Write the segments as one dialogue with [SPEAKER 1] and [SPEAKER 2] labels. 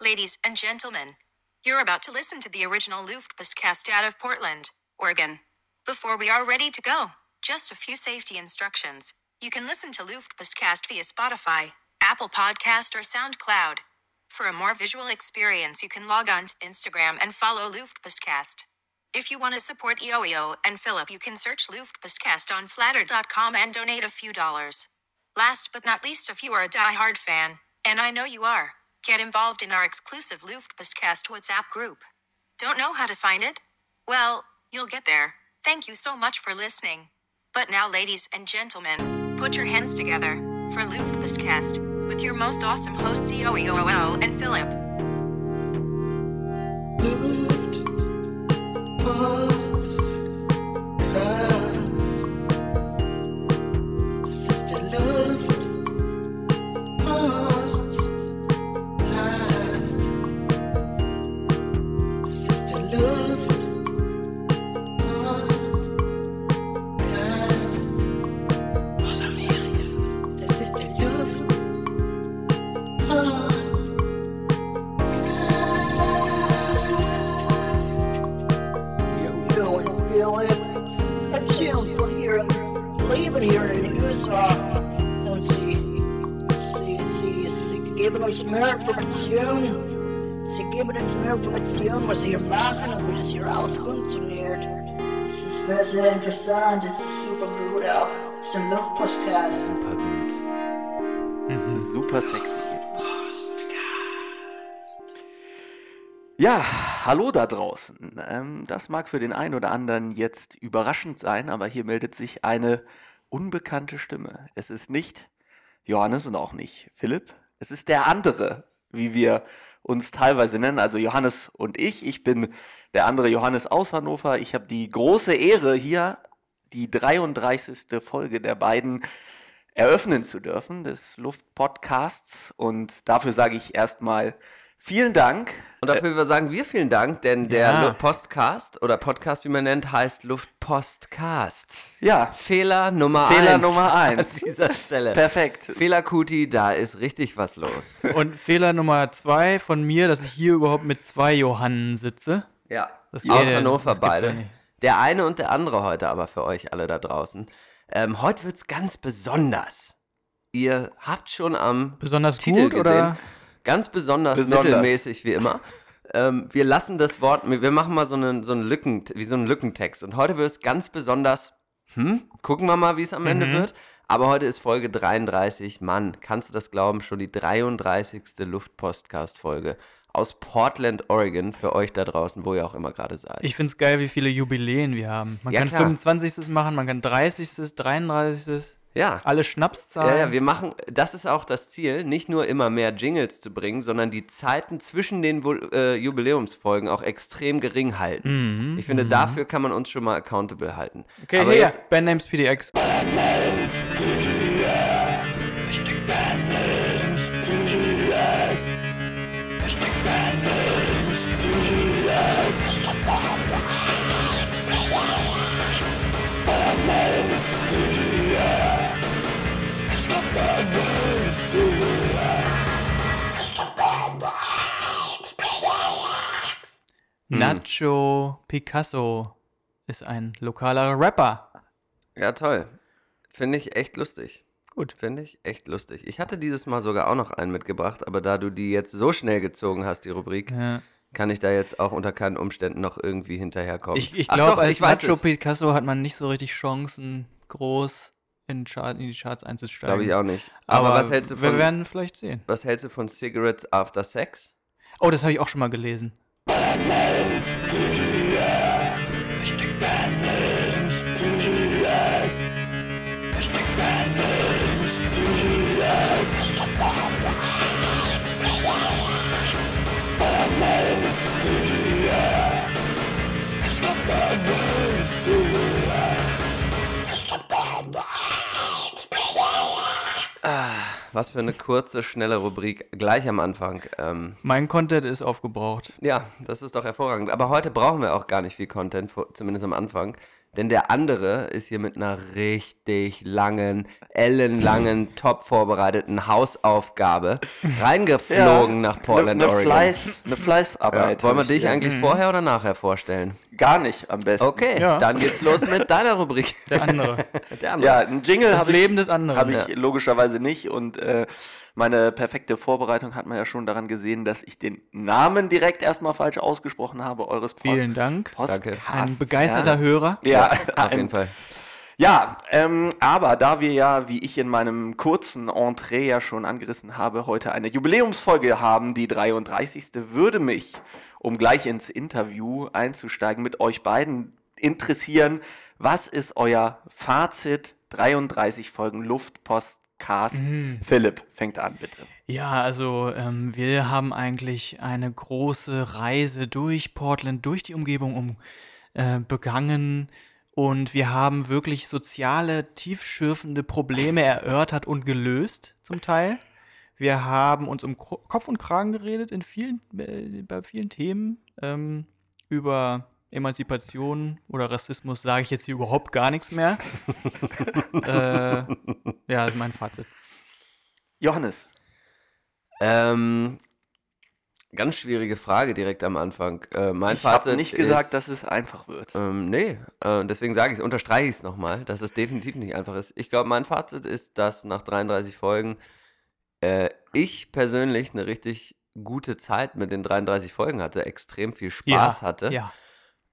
[SPEAKER 1] Ladies and gentlemen, you're about to listen to the original Luftpostcast out of Portland, Oregon. Before we are ready to go, just a few safety instructions. You can listen to Luftpostcast via Spotify, Apple Podcast, or SoundCloud. For a more visual experience, you can log on to Instagram and follow Luftpostcast. If you want to support E EOEO and Philip, you can search Luftpostcast on flatter.com and donate a few dollars. Last but not least, if you are a die-hard fan, and I know you are, get involved in our exclusive Luftpostcast WhatsApp group. Don't know how to find it? Well, you'll get there. Thank you so much for listening. But now, ladies and gentlemen, put your hands together for Luftpostcast with your most awesome E hosts, COEOO and Philip.
[SPEAKER 2] Go and feel it. A chill from here. Leaving here in Utah. Don't see. See, see, see. Giving us merit from its own. Sie geben uns mehr Informationen, was wir machen und wie das hier alles funktioniert. Es ist sehr, sehr interessant, es ist super gut auch. Es ist ein Luftpostcast.
[SPEAKER 3] Super gut. Super sexy. Ja, hallo da draußen. Ähm, das mag für den einen oder anderen jetzt überraschend sein, aber hier meldet sich eine unbekannte Stimme. Es ist nicht Johannes und auch nicht Philipp. Es ist der andere, wie wir uns teilweise nennen, also Johannes und ich. Ich bin der andere Johannes aus Hannover. Ich habe die große Ehre, hier die 33. Folge der beiden eröffnen zu dürfen, des Luftpodcasts. Und dafür sage ich erstmal vielen Dank.
[SPEAKER 4] Und dafür wir sagen wir vielen Dank, denn der
[SPEAKER 5] Ja.
[SPEAKER 4] Lu- Postcast oder Podcast, wie man nennt, heißt Luftpostcast.
[SPEAKER 3] Ja,
[SPEAKER 4] Fehler Nummer
[SPEAKER 3] Fehler
[SPEAKER 4] eins
[SPEAKER 3] Nummer eins.
[SPEAKER 4] an dieser Stelle.
[SPEAKER 3] perfekt.
[SPEAKER 4] Fehler Kuti, da ist richtig was los.
[SPEAKER 5] Und Fehler Nummer zwei von mir, dass ich hier überhaupt mit zwei Johannen sitze.
[SPEAKER 4] ja,
[SPEAKER 5] Das geht
[SPEAKER 4] aus
[SPEAKER 5] ja-
[SPEAKER 4] Hannover
[SPEAKER 5] das gibt's ja
[SPEAKER 4] beide.
[SPEAKER 5] nicht.
[SPEAKER 4] Der eine und der andere heute aber für euch alle da draußen. Ähm, heute wird's ganz besonders. Ihr habt schon am
[SPEAKER 5] Besonders
[SPEAKER 4] Titel
[SPEAKER 5] gut
[SPEAKER 4] gesehen.
[SPEAKER 5] oder?
[SPEAKER 4] Ganz besonders,
[SPEAKER 3] Besonders.
[SPEAKER 4] mittelmäßig wie immer. ähm, wir lassen das Wort, wir machen mal so einen, so einen Lücken, wie so einen Lückentext. Und heute wird es ganz besonders, hm, gucken wir mal, wie es am
[SPEAKER 5] Mhm.
[SPEAKER 4] Ende wird. Aber heute ist Folge 33. Mann, kannst du das glauben? Schon die 33. Luftpostcast-Folge aus Portland, Oregon, für euch da draußen, wo ihr auch immer gerade seid.
[SPEAKER 5] Ich find's geil, wie viele Jubiläen wir haben. Man
[SPEAKER 4] Ja,
[SPEAKER 5] kann
[SPEAKER 4] klar.
[SPEAKER 5] 25. machen, man kann 30., 33.
[SPEAKER 4] ja.
[SPEAKER 5] Alle Schnapszahlen.
[SPEAKER 4] Ja, ja, wir machen, das ist auch das Ziel, nicht nur immer mehr Jingles zu bringen, sondern die Zeiten zwischen den Vol- äh, Jubiläumsfolgen auch extrem gering halten. Ich finde, dafür kann man uns schon mal accountable halten.
[SPEAKER 5] Mhm, okay,
[SPEAKER 4] Aber
[SPEAKER 5] hier, Hmm.
[SPEAKER 4] jetzt,
[SPEAKER 5] Band Names PDX. Nacho Picasso ist ein lokaler Rapper.
[SPEAKER 4] ja, toll. Finde ich echt lustig.
[SPEAKER 5] Gut.
[SPEAKER 4] Finde ich echt lustig. Ich hatte dieses Mal sogar auch noch einen mitgebracht, aber da du die jetzt so schnell gezogen hast, die Rubrik,
[SPEAKER 5] Ja.
[SPEAKER 4] kann ich da jetzt auch unter keinen Umständen noch irgendwie hinterherkommen.
[SPEAKER 5] Ich, ich
[SPEAKER 4] Ach
[SPEAKER 5] glaube,
[SPEAKER 4] doch,
[SPEAKER 5] als
[SPEAKER 4] ich weiß
[SPEAKER 5] Nacho
[SPEAKER 4] es.
[SPEAKER 5] Picasso hat man nicht so richtig Chancen, groß in, Chart, in die Charts einzusteigen.
[SPEAKER 4] Glaube ich auch nicht.
[SPEAKER 5] Aber,
[SPEAKER 4] Aber, was hältst du
[SPEAKER 5] Wir
[SPEAKER 4] von,
[SPEAKER 5] werden vielleicht sehen.
[SPEAKER 4] was hältst du von Cigarettes After Sex?
[SPEAKER 5] Oh, das habe ich auch schon mal gelesen.
[SPEAKER 4] Was für eine kurze, schnelle Rubrik gleich am Anfang. Ähm,
[SPEAKER 5] Mein Content ist aufgebraucht.
[SPEAKER 4] ja, das ist doch hervorragend. Aber heute brauchen wir auch gar nicht viel Content, vor- zumindest am Anfang. Denn der andere ist hier mit einer richtig langen, ellenlangen, top vorbereiteten Hausaufgabe reingeflogen nach Portland,
[SPEAKER 3] ne, ne
[SPEAKER 4] Oregon.
[SPEAKER 3] Fleiß, eine Fleißarbeit.
[SPEAKER 4] ja, wollen
[SPEAKER 3] hab
[SPEAKER 4] wir
[SPEAKER 3] ich
[SPEAKER 4] dich
[SPEAKER 3] hier.
[SPEAKER 4] eigentlich vorher oder nachher vorstellen?
[SPEAKER 3] Gar nicht am besten.
[SPEAKER 4] Okay,
[SPEAKER 5] Ja.
[SPEAKER 4] dann geht's los mit deiner Rubrik.
[SPEAKER 5] Der andere.
[SPEAKER 4] Der andere.
[SPEAKER 3] Ja, ein Jingle
[SPEAKER 5] Das
[SPEAKER 3] habe ich,
[SPEAKER 5] Leben des anderen.
[SPEAKER 3] hab ich logischerweise nicht. Und äh, meine perfekte Vorbereitung hat man ja schon daran gesehen, dass ich den Namen direkt erstmal falsch ausgesprochen habe, eures Pod-
[SPEAKER 5] Vielen Dank.
[SPEAKER 3] Podcasts.
[SPEAKER 5] Ein begeisterter
[SPEAKER 3] ja.
[SPEAKER 5] Hörer.
[SPEAKER 3] Ja,
[SPEAKER 4] Auf
[SPEAKER 3] ein-
[SPEAKER 4] jeden Fall.
[SPEAKER 3] Ja, ähm, aber da wir ja, wie ich in meinem kurzen Entree ja schon angerissen habe, heute eine Jubiläumsfolge haben, die 33. würde mich, um gleich ins Interview einzusteigen, mit euch beiden interessieren, was ist euer Fazit 33 Folgen Luftpostcast? Philipp, fängt an, bitte.
[SPEAKER 5] Ja, also ähm, wir haben eigentlich eine große Reise durch Portland, durch die Umgebung um, äh, begangen und wir haben wirklich soziale, tiefschürfende Probleme erörtert und gelöst zum Teil. Wir haben uns um Kro- Kopf und Kragen geredet in vielen, äh, bei vielen Themen ähm, über Emanzipation oder Rassismus sage ich jetzt hier überhaupt gar nichts mehr. äh, ja, ist mein Fazit.
[SPEAKER 3] Johannes.
[SPEAKER 4] Ähm, ganz schwierige Frage direkt am Anfang. Äh, mein
[SPEAKER 3] ich
[SPEAKER 4] Fazit
[SPEAKER 3] habe nicht gesagt,
[SPEAKER 4] ist,
[SPEAKER 3] dass es einfach wird.
[SPEAKER 4] Ähm, nee, äh, deswegen sage ich es, unterstreiche ich es nochmal, dass es definitiv nicht einfach ist. Ich glaube, mein Fazit ist, dass nach 33 Folgen äh, ich persönlich eine richtig gute Zeit mit den 33 Folgen hatte, extrem viel Spaß hatte.
[SPEAKER 5] Ja.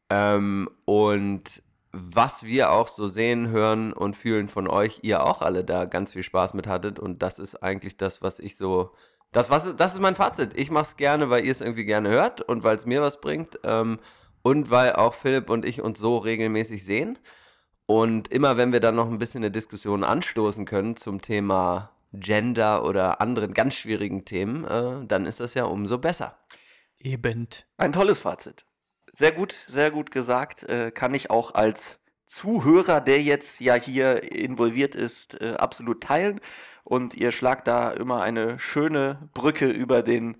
[SPEAKER 4] Ähm, und was wir auch so sehen, hören und fühlen von euch, ihr auch alle da ganz viel Spaß mit hattet. Und das ist eigentlich das, was ich so. Das, was, das ist mein Fazit. Ich mache es gerne, weil ihr es irgendwie gerne hört und weil es mir was bringt. Ähm, und weil auch Philipp und ich uns so regelmäßig sehen. Und immer wenn wir dann noch ein bisschen eine Diskussion anstoßen können zum Thema Gender oder anderen ganz schwierigen Themen, äh, dann ist das ja umso besser.
[SPEAKER 5] Eben.
[SPEAKER 3] Ein tolles Fazit. Sehr gut, sehr gut gesagt. Äh, kann ich auch als Zuhörer, der jetzt ja hier involviert ist, äh, absolut teilen. Und ihr schlagt da immer eine schöne Brücke über den,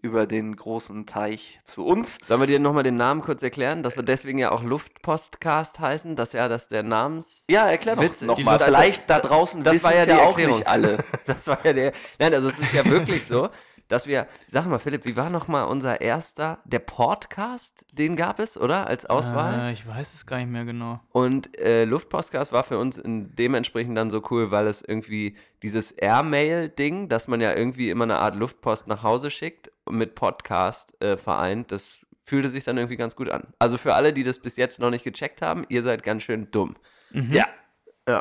[SPEAKER 3] über den großen Teich zu uns.
[SPEAKER 4] Sollen wir dir nochmal den Namen kurz erklären, dass wir deswegen ja auch Luftpostcast heißen, dass ja das der Namens...
[SPEAKER 3] Ja, erklär doch
[SPEAKER 4] Witz,
[SPEAKER 3] noch
[SPEAKER 4] die
[SPEAKER 3] mal.
[SPEAKER 4] Leute-
[SPEAKER 3] Vielleicht da draußen
[SPEAKER 4] Das
[SPEAKER 3] wissen
[SPEAKER 4] war ja
[SPEAKER 3] es
[SPEAKER 4] die
[SPEAKER 3] ja auch
[SPEAKER 4] Erklärung.
[SPEAKER 3] nicht alle.
[SPEAKER 4] Das war ja der... Nein, also es ist ja wirklich so, dass wir... Sag mal, Philipp, wie war nochmal unser erster... Der Podcast, den gab es, oder? Als Auswahl?
[SPEAKER 5] Äh, ich weiß es gar nicht mehr genau.
[SPEAKER 4] Und äh, Luftpostcast war für uns in dementsprechend dann so cool, weil es irgendwie dieses Airmail-Ding, dass man ja irgendwie immer eine Art Luftpost nach Hause schickt, mit Podcast äh, vereint, das fühlte sich dann irgendwie ganz gut an. Also für alle, die das bis jetzt noch nicht gecheckt haben, ihr seid ganz schön dumm.
[SPEAKER 3] Ja.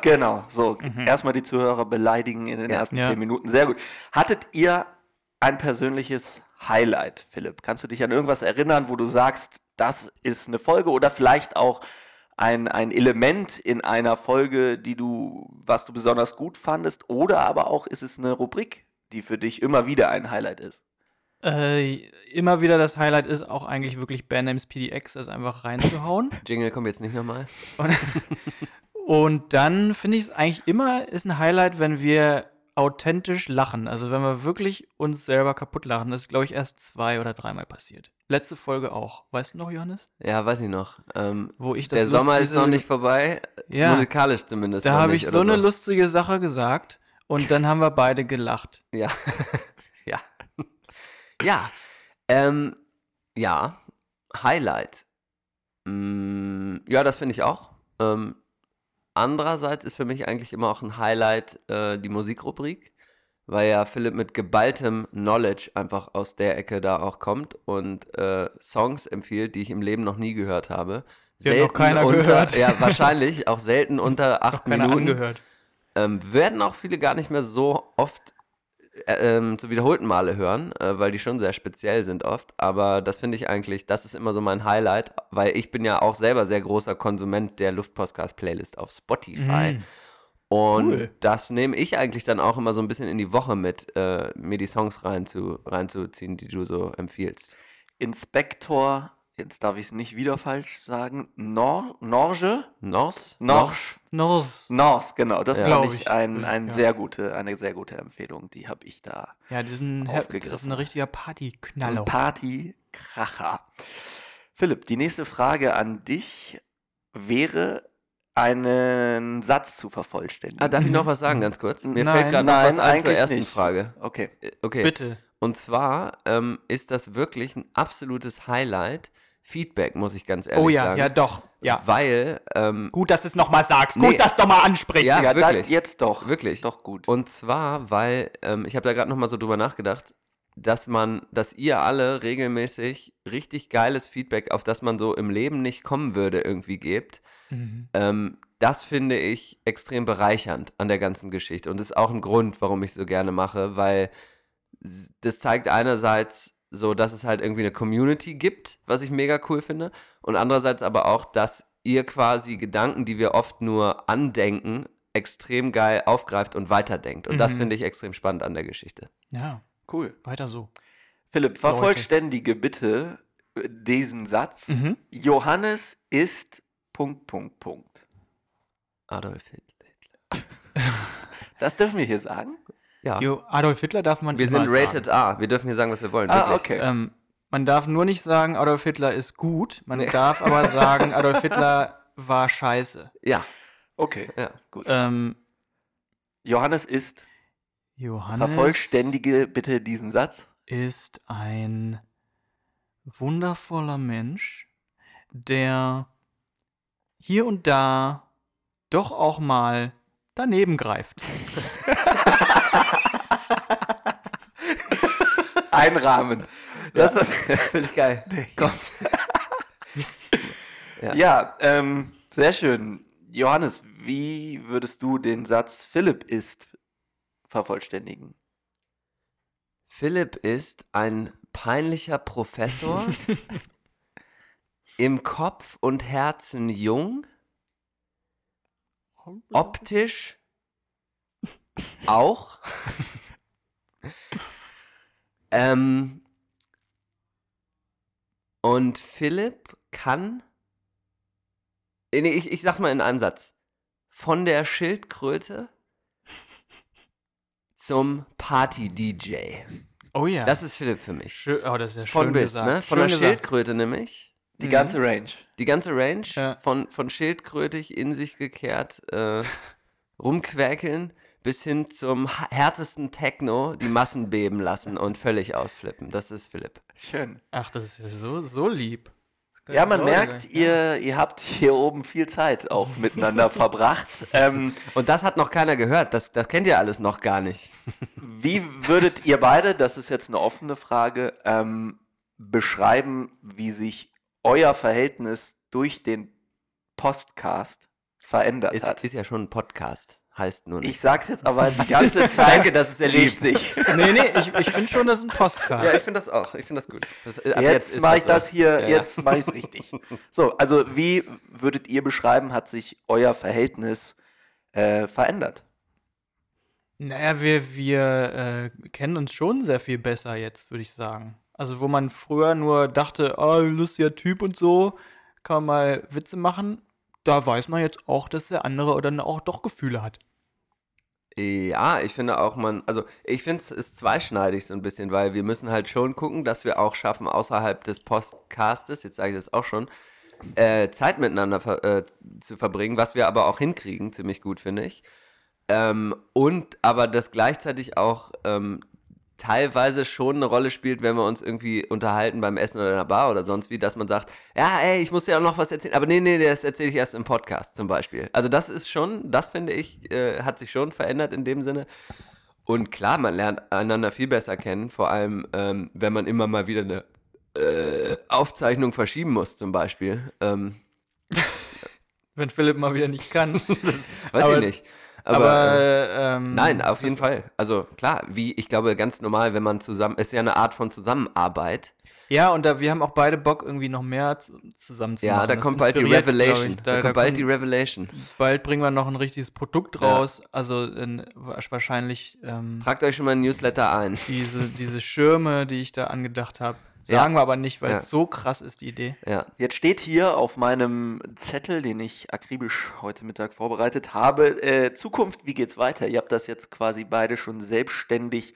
[SPEAKER 3] Genau, so. Erstmal die Zuhörer beleidigen in den
[SPEAKER 4] Ja.
[SPEAKER 3] ersten
[SPEAKER 5] Ja.
[SPEAKER 3] zehn Minuten. Sehr gut. Hattet ihr ein persönliches Highlight, Philipp? Kannst du dich an irgendwas erinnern, wo du sagst, das ist eine Folge oder vielleicht auch ein, ein Element in einer Folge, die du, was du besonders gut fandest? Oder aber auch ist es eine Rubrik, die für dich immer wieder ein Highlight ist?
[SPEAKER 5] Äh, immer wieder das Highlight ist auch eigentlich wirklich Band Names PDX, das einfach reinzuhauen.
[SPEAKER 4] Jingle kommt jetzt nicht nochmal.
[SPEAKER 5] Und dann finde ich es eigentlich immer ist ein Highlight, wenn wir authentisch lachen. Also wenn wir wirklich uns selber kaputt lachen. Das ist, glaube ich, erst zwei oder dreimal passiert. Letzte Folge auch. Weißt du noch, Johannes?
[SPEAKER 4] Ja, weiß ich noch. Ähm,
[SPEAKER 5] Wo ich das
[SPEAKER 4] der Sommer ist
[SPEAKER 5] lustige-
[SPEAKER 4] noch nicht vorbei,
[SPEAKER 5] Ja.
[SPEAKER 4] musikalisch zumindest.
[SPEAKER 5] Da
[SPEAKER 4] noch
[SPEAKER 5] habe
[SPEAKER 4] nicht
[SPEAKER 5] ich
[SPEAKER 4] oder
[SPEAKER 5] so eine lustige Sache gesagt und dann haben wir beide gelacht.
[SPEAKER 4] Ja. ja. Ja. Ähm, ja. Highlight. Mm, ja, das finde ich auch. Ähm, andererseits ist für mich eigentlich immer auch ein Highlight äh, die Musikrubrik, weil ja Philipp mit geballtem Knowledge einfach aus der Ecke da auch kommt und äh, Songs empfiehlt, die ich im Leben noch nie gehört habe.
[SPEAKER 5] Die hat noch keiner
[SPEAKER 4] unter,
[SPEAKER 5] gehört.
[SPEAKER 4] Ja, wahrscheinlich. Auch selten unter acht
[SPEAKER 5] Keiner
[SPEAKER 4] Minuten.
[SPEAKER 5] angehört.
[SPEAKER 4] Ähm, werden auch viele gar nicht mehr so oft äh, ähm, zu wiederholten Male hören, äh, weil die schon sehr speziell sind oft. Aber das finde ich eigentlich, das ist immer so mein Highlight, weil ich bin ja auch selber sehr großer Konsument der Luftpostcast-Playlist auf Spotify. Und
[SPEAKER 5] Mhm. Cool.
[SPEAKER 4] das nehme ich eigentlich dann auch immer so ein bisschen in die Woche mit, äh, mir die Songs reinzu, reinzuziehen, die du so empfiehlst.
[SPEAKER 3] Inspektor, jetzt darf ich es nicht wieder falsch sagen, Nor Norge?
[SPEAKER 4] Nors?
[SPEAKER 3] Norge?
[SPEAKER 5] Norris.
[SPEAKER 3] Nors, genau. Das
[SPEAKER 4] Ja.
[SPEAKER 5] Glaub
[SPEAKER 3] fand ich
[SPEAKER 5] ich.
[SPEAKER 3] ein,
[SPEAKER 5] Ja.
[SPEAKER 3] ein sehr gute, eine sehr gute Empfehlung. Die habe ich da.
[SPEAKER 5] Ja, die sind, das ist
[SPEAKER 3] Aufgegriffen.
[SPEAKER 5] ein richtiger Partyknaller.
[SPEAKER 3] Ein Partykracher. Philipp, die nächste Frage an dich wäre, einen Satz zu vervollständigen.
[SPEAKER 4] Ah, darf ich noch was sagen, ganz kurz? Mir
[SPEAKER 5] Mhm. Nein,
[SPEAKER 4] fällt gerade noch was ein zur
[SPEAKER 3] eigentlich
[SPEAKER 4] ersten
[SPEAKER 3] nicht.
[SPEAKER 4] Frage.
[SPEAKER 3] Okay.
[SPEAKER 4] Äh, Okay.
[SPEAKER 5] Bitte.
[SPEAKER 4] Und zwar ähm, ist das wirklich ein absolutes Highlight. Feedback, muss ich ganz ehrlich
[SPEAKER 5] Oh ja,
[SPEAKER 4] sagen.
[SPEAKER 5] ja doch. Ja.
[SPEAKER 4] Weil, ähm,
[SPEAKER 5] Gut, dass du es nochmal sagst.
[SPEAKER 4] Nee.
[SPEAKER 5] Gut, dass du nochmal ansprichst.
[SPEAKER 4] Ja,
[SPEAKER 3] Ja,
[SPEAKER 4] wirklich.
[SPEAKER 3] wirklich. jetzt doch.
[SPEAKER 4] Wirklich.
[SPEAKER 3] Doch gut.
[SPEAKER 4] und zwar, weil, ähm, ich habe da gerade nochmal so drüber nachgedacht, dass man, dass ihr alle regelmäßig richtig geiles Feedback, auf das man so im Leben nicht kommen würde, irgendwie gebt.
[SPEAKER 5] Mhm.
[SPEAKER 4] Ähm, das finde ich extrem bereichernd an der ganzen Geschichte und ist auch ein Grund, warum ich so gerne mache, weil s- das zeigt einerseits so, dass es halt irgendwie eine Community gibt, was ich mega cool finde, und andererseits aber auch, dass ihr quasi Gedanken, die wir oft nur andenken, extrem geil aufgreift und weiterdenkt. Und das
[SPEAKER 5] Mhm.
[SPEAKER 4] finde ich extrem spannend an der Geschichte.
[SPEAKER 5] Ja,
[SPEAKER 3] cool.
[SPEAKER 5] weiter so.
[SPEAKER 3] Philipp, vervollständige bitte äh, diesen Satz.
[SPEAKER 5] Mhm.
[SPEAKER 3] Johannes ist Punkt, Punkt, Punkt.
[SPEAKER 4] Adolf Hitler.
[SPEAKER 3] Das dürfen wir hier sagen?
[SPEAKER 4] Ja.
[SPEAKER 5] Jo, Adolf Hitler darf man
[SPEAKER 4] Wir
[SPEAKER 5] immer
[SPEAKER 4] sind rated
[SPEAKER 5] Sagen.
[SPEAKER 4] A. Wir dürfen hier sagen, was wir wollen.
[SPEAKER 3] Ah, okay.
[SPEAKER 4] wirklich.
[SPEAKER 5] Ähm, man darf nur nicht sagen, Adolf Hitler ist gut. Man darf aber sagen, Adolf Hitler war scheiße.
[SPEAKER 4] Ja.
[SPEAKER 3] okay. Äh,
[SPEAKER 4] ja.
[SPEAKER 5] Ähm,
[SPEAKER 3] Johannes ist.
[SPEAKER 5] Johannes
[SPEAKER 3] Vervollständige bitte diesen Satz.
[SPEAKER 5] ist ein wundervoller Mensch, der hier und da doch auch mal daneben greift.
[SPEAKER 3] Einrahmen. Das ist,
[SPEAKER 4] Finde ich geil. Kommt. Ja.
[SPEAKER 3] ja, ähm, sehr schön. Johannes, wie würdest du den Satz Philipp ist vervollständigen?
[SPEAKER 4] Philipp ist ein peinlicher Professor, im Kopf und Herzen jung, optisch auch, ähm, und Philipp kann, Eh, nee, ich, ich sag mal in einem Satz, von der Schildkröte zum Party-DJ.
[SPEAKER 5] Oh ja.
[SPEAKER 4] Das ist Philipp für mich.
[SPEAKER 5] Schön, oh, das ist ja schön
[SPEAKER 4] Von bis,
[SPEAKER 5] gesagt.
[SPEAKER 4] ne? Von der
[SPEAKER 5] schön gesagt.
[SPEAKER 4] Schildkröte nämlich.
[SPEAKER 3] Die
[SPEAKER 5] Mhm.
[SPEAKER 3] ganze Range.
[SPEAKER 4] Die ganze Range
[SPEAKER 5] Ja.
[SPEAKER 4] von, von schildkrötig in sich gekehrt, äh, rumquäkeln, bis hin zum ha- härtesten Techno, die Massen beben lassen und völlig ausflippen. Das ist Philipp.
[SPEAKER 3] Schön.
[SPEAKER 5] Ach, das ist ja so, so lieb.
[SPEAKER 3] Ja, man
[SPEAKER 5] Leute,
[SPEAKER 3] merkt, ihr, ihr habt hier oben viel Zeit auch miteinander verbracht. Ähm,
[SPEAKER 4] Und das hat noch keiner gehört. Das, das kennt ihr alles noch gar nicht.
[SPEAKER 3] Wie würdet ihr beide, das ist jetzt eine offene Frage, ähm, beschreiben, wie sich euer Verhältnis durch den Podcast verändert
[SPEAKER 4] Ist,
[SPEAKER 3] hat?
[SPEAKER 4] ist ja schon ein Podcast. Heißt nur
[SPEAKER 3] ich
[SPEAKER 4] nicht.
[SPEAKER 3] sag's jetzt aber die ganze Zeit.
[SPEAKER 4] Danke, das ist sehr lieb.
[SPEAKER 3] richtig.
[SPEAKER 5] Nee, nee, ich, ich finde schon, das ist ein Postcard.
[SPEAKER 4] Ja, ich finde das auch. Ich finde das gut. Das, ab
[SPEAKER 3] Jetzt,
[SPEAKER 4] ist
[SPEAKER 3] mach mache ich das
[SPEAKER 4] so.
[SPEAKER 3] hier,
[SPEAKER 4] Ja, ja.
[SPEAKER 3] jetzt mache ich es richtig. So, also wie würdet ihr beschreiben, hat sich euer Verhältnis äh, verändert?
[SPEAKER 5] Naja, wir, wir äh, kennen uns schon sehr viel besser jetzt, würde ich sagen. Also, wo man früher nur dachte, ah, lustiger Typ und so, kann man mal Witze machen, da weiß man jetzt auch, dass der andere oder auch doch Gefühle hat.
[SPEAKER 4] Ja, ich finde auch, man, also ich finde es ist zweischneidig so ein bisschen, weil wir müssen halt schon gucken, dass wir auch schaffen, außerhalb des Podcastes, jetzt sage ich das auch schon, äh, Zeit miteinander ver äh, zu verbringen, was wir aber auch hinkriegen, ziemlich gut, finde ich. Ähm, und aber das gleichzeitig auch ähm, teilweise schon eine Rolle spielt, wenn wir uns irgendwie unterhalten beim Essen oder in einer Bar oder sonst wie, dass man sagt, ja, ey, ich muss dir auch noch was erzählen, aber nee, nee, das erzähle ich erst im Podcast zum Beispiel. Also das ist schon, das finde ich, äh, hat sich schon verändert in dem Sinne. Und klar, man lernt einander viel besser kennen, vor allem, ähm, wenn man immer mal wieder eine äh, Aufzeichnung verschieben muss zum Beispiel. Ähm,
[SPEAKER 5] Wenn Philipp mal wieder nicht kann.
[SPEAKER 4] weiß
[SPEAKER 5] Aber-
[SPEAKER 4] ich nicht.
[SPEAKER 5] aber
[SPEAKER 4] ähm,
[SPEAKER 5] ähm,
[SPEAKER 4] Nein, auf jeden Fall. Also klar, wie ich glaube, ganz normal, wenn man zusammen, ist ja eine Art von Zusammenarbeit.
[SPEAKER 5] Ja, und da, wir haben auch beide Bock, irgendwie noch mehr z- zusammen zu
[SPEAKER 4] Ja,
[SPEAKER 5] machen.
[SPEAKER 4] da
[SPEAKER 5] Das
[SPEAKER 4] kommt bald die
[SPEAKER 5] inspiriert, glaub
[SPEAKER 4] Revelation.
[SPEAKER 5] ich.
[SPEAKER 4] Da,
[SPEAKER 5] Da, da
[SPEAKER 4] kommt bald die
[SPEAKER 5] kommt-
[SPEAKER 4] Revelation.
[SPEAKER 5] Bald bringen wir noch ein richtiges Produkt
[SPEAKER 4] Ja.
[SPEAKER 5] raus. Also in, wa- wahrscheinlich ähm,
[SPEAKER 4] Tragt euch schon mal ein Newsletter ein.
[SPEAKER 5] diese, diese Schirme, die ich da angedacht habe.
[SPEAKER 4] Ja.
[SPEAKER 5] Sagen wir aber nicht, weil
[SPEAKER 4] Ja.
[SPEAKER 5] es so krass ist, die Idee.
[SPEAKER 4] Ja.
[SPEAKER 3] Jetzt steht hier auf meinem Zettel, den ich akribisch heute Mittag vorbereitet habe, äh, Zukunft, wie geht's weiter? Ihr habt das jetzt quasi beide schon selbstständig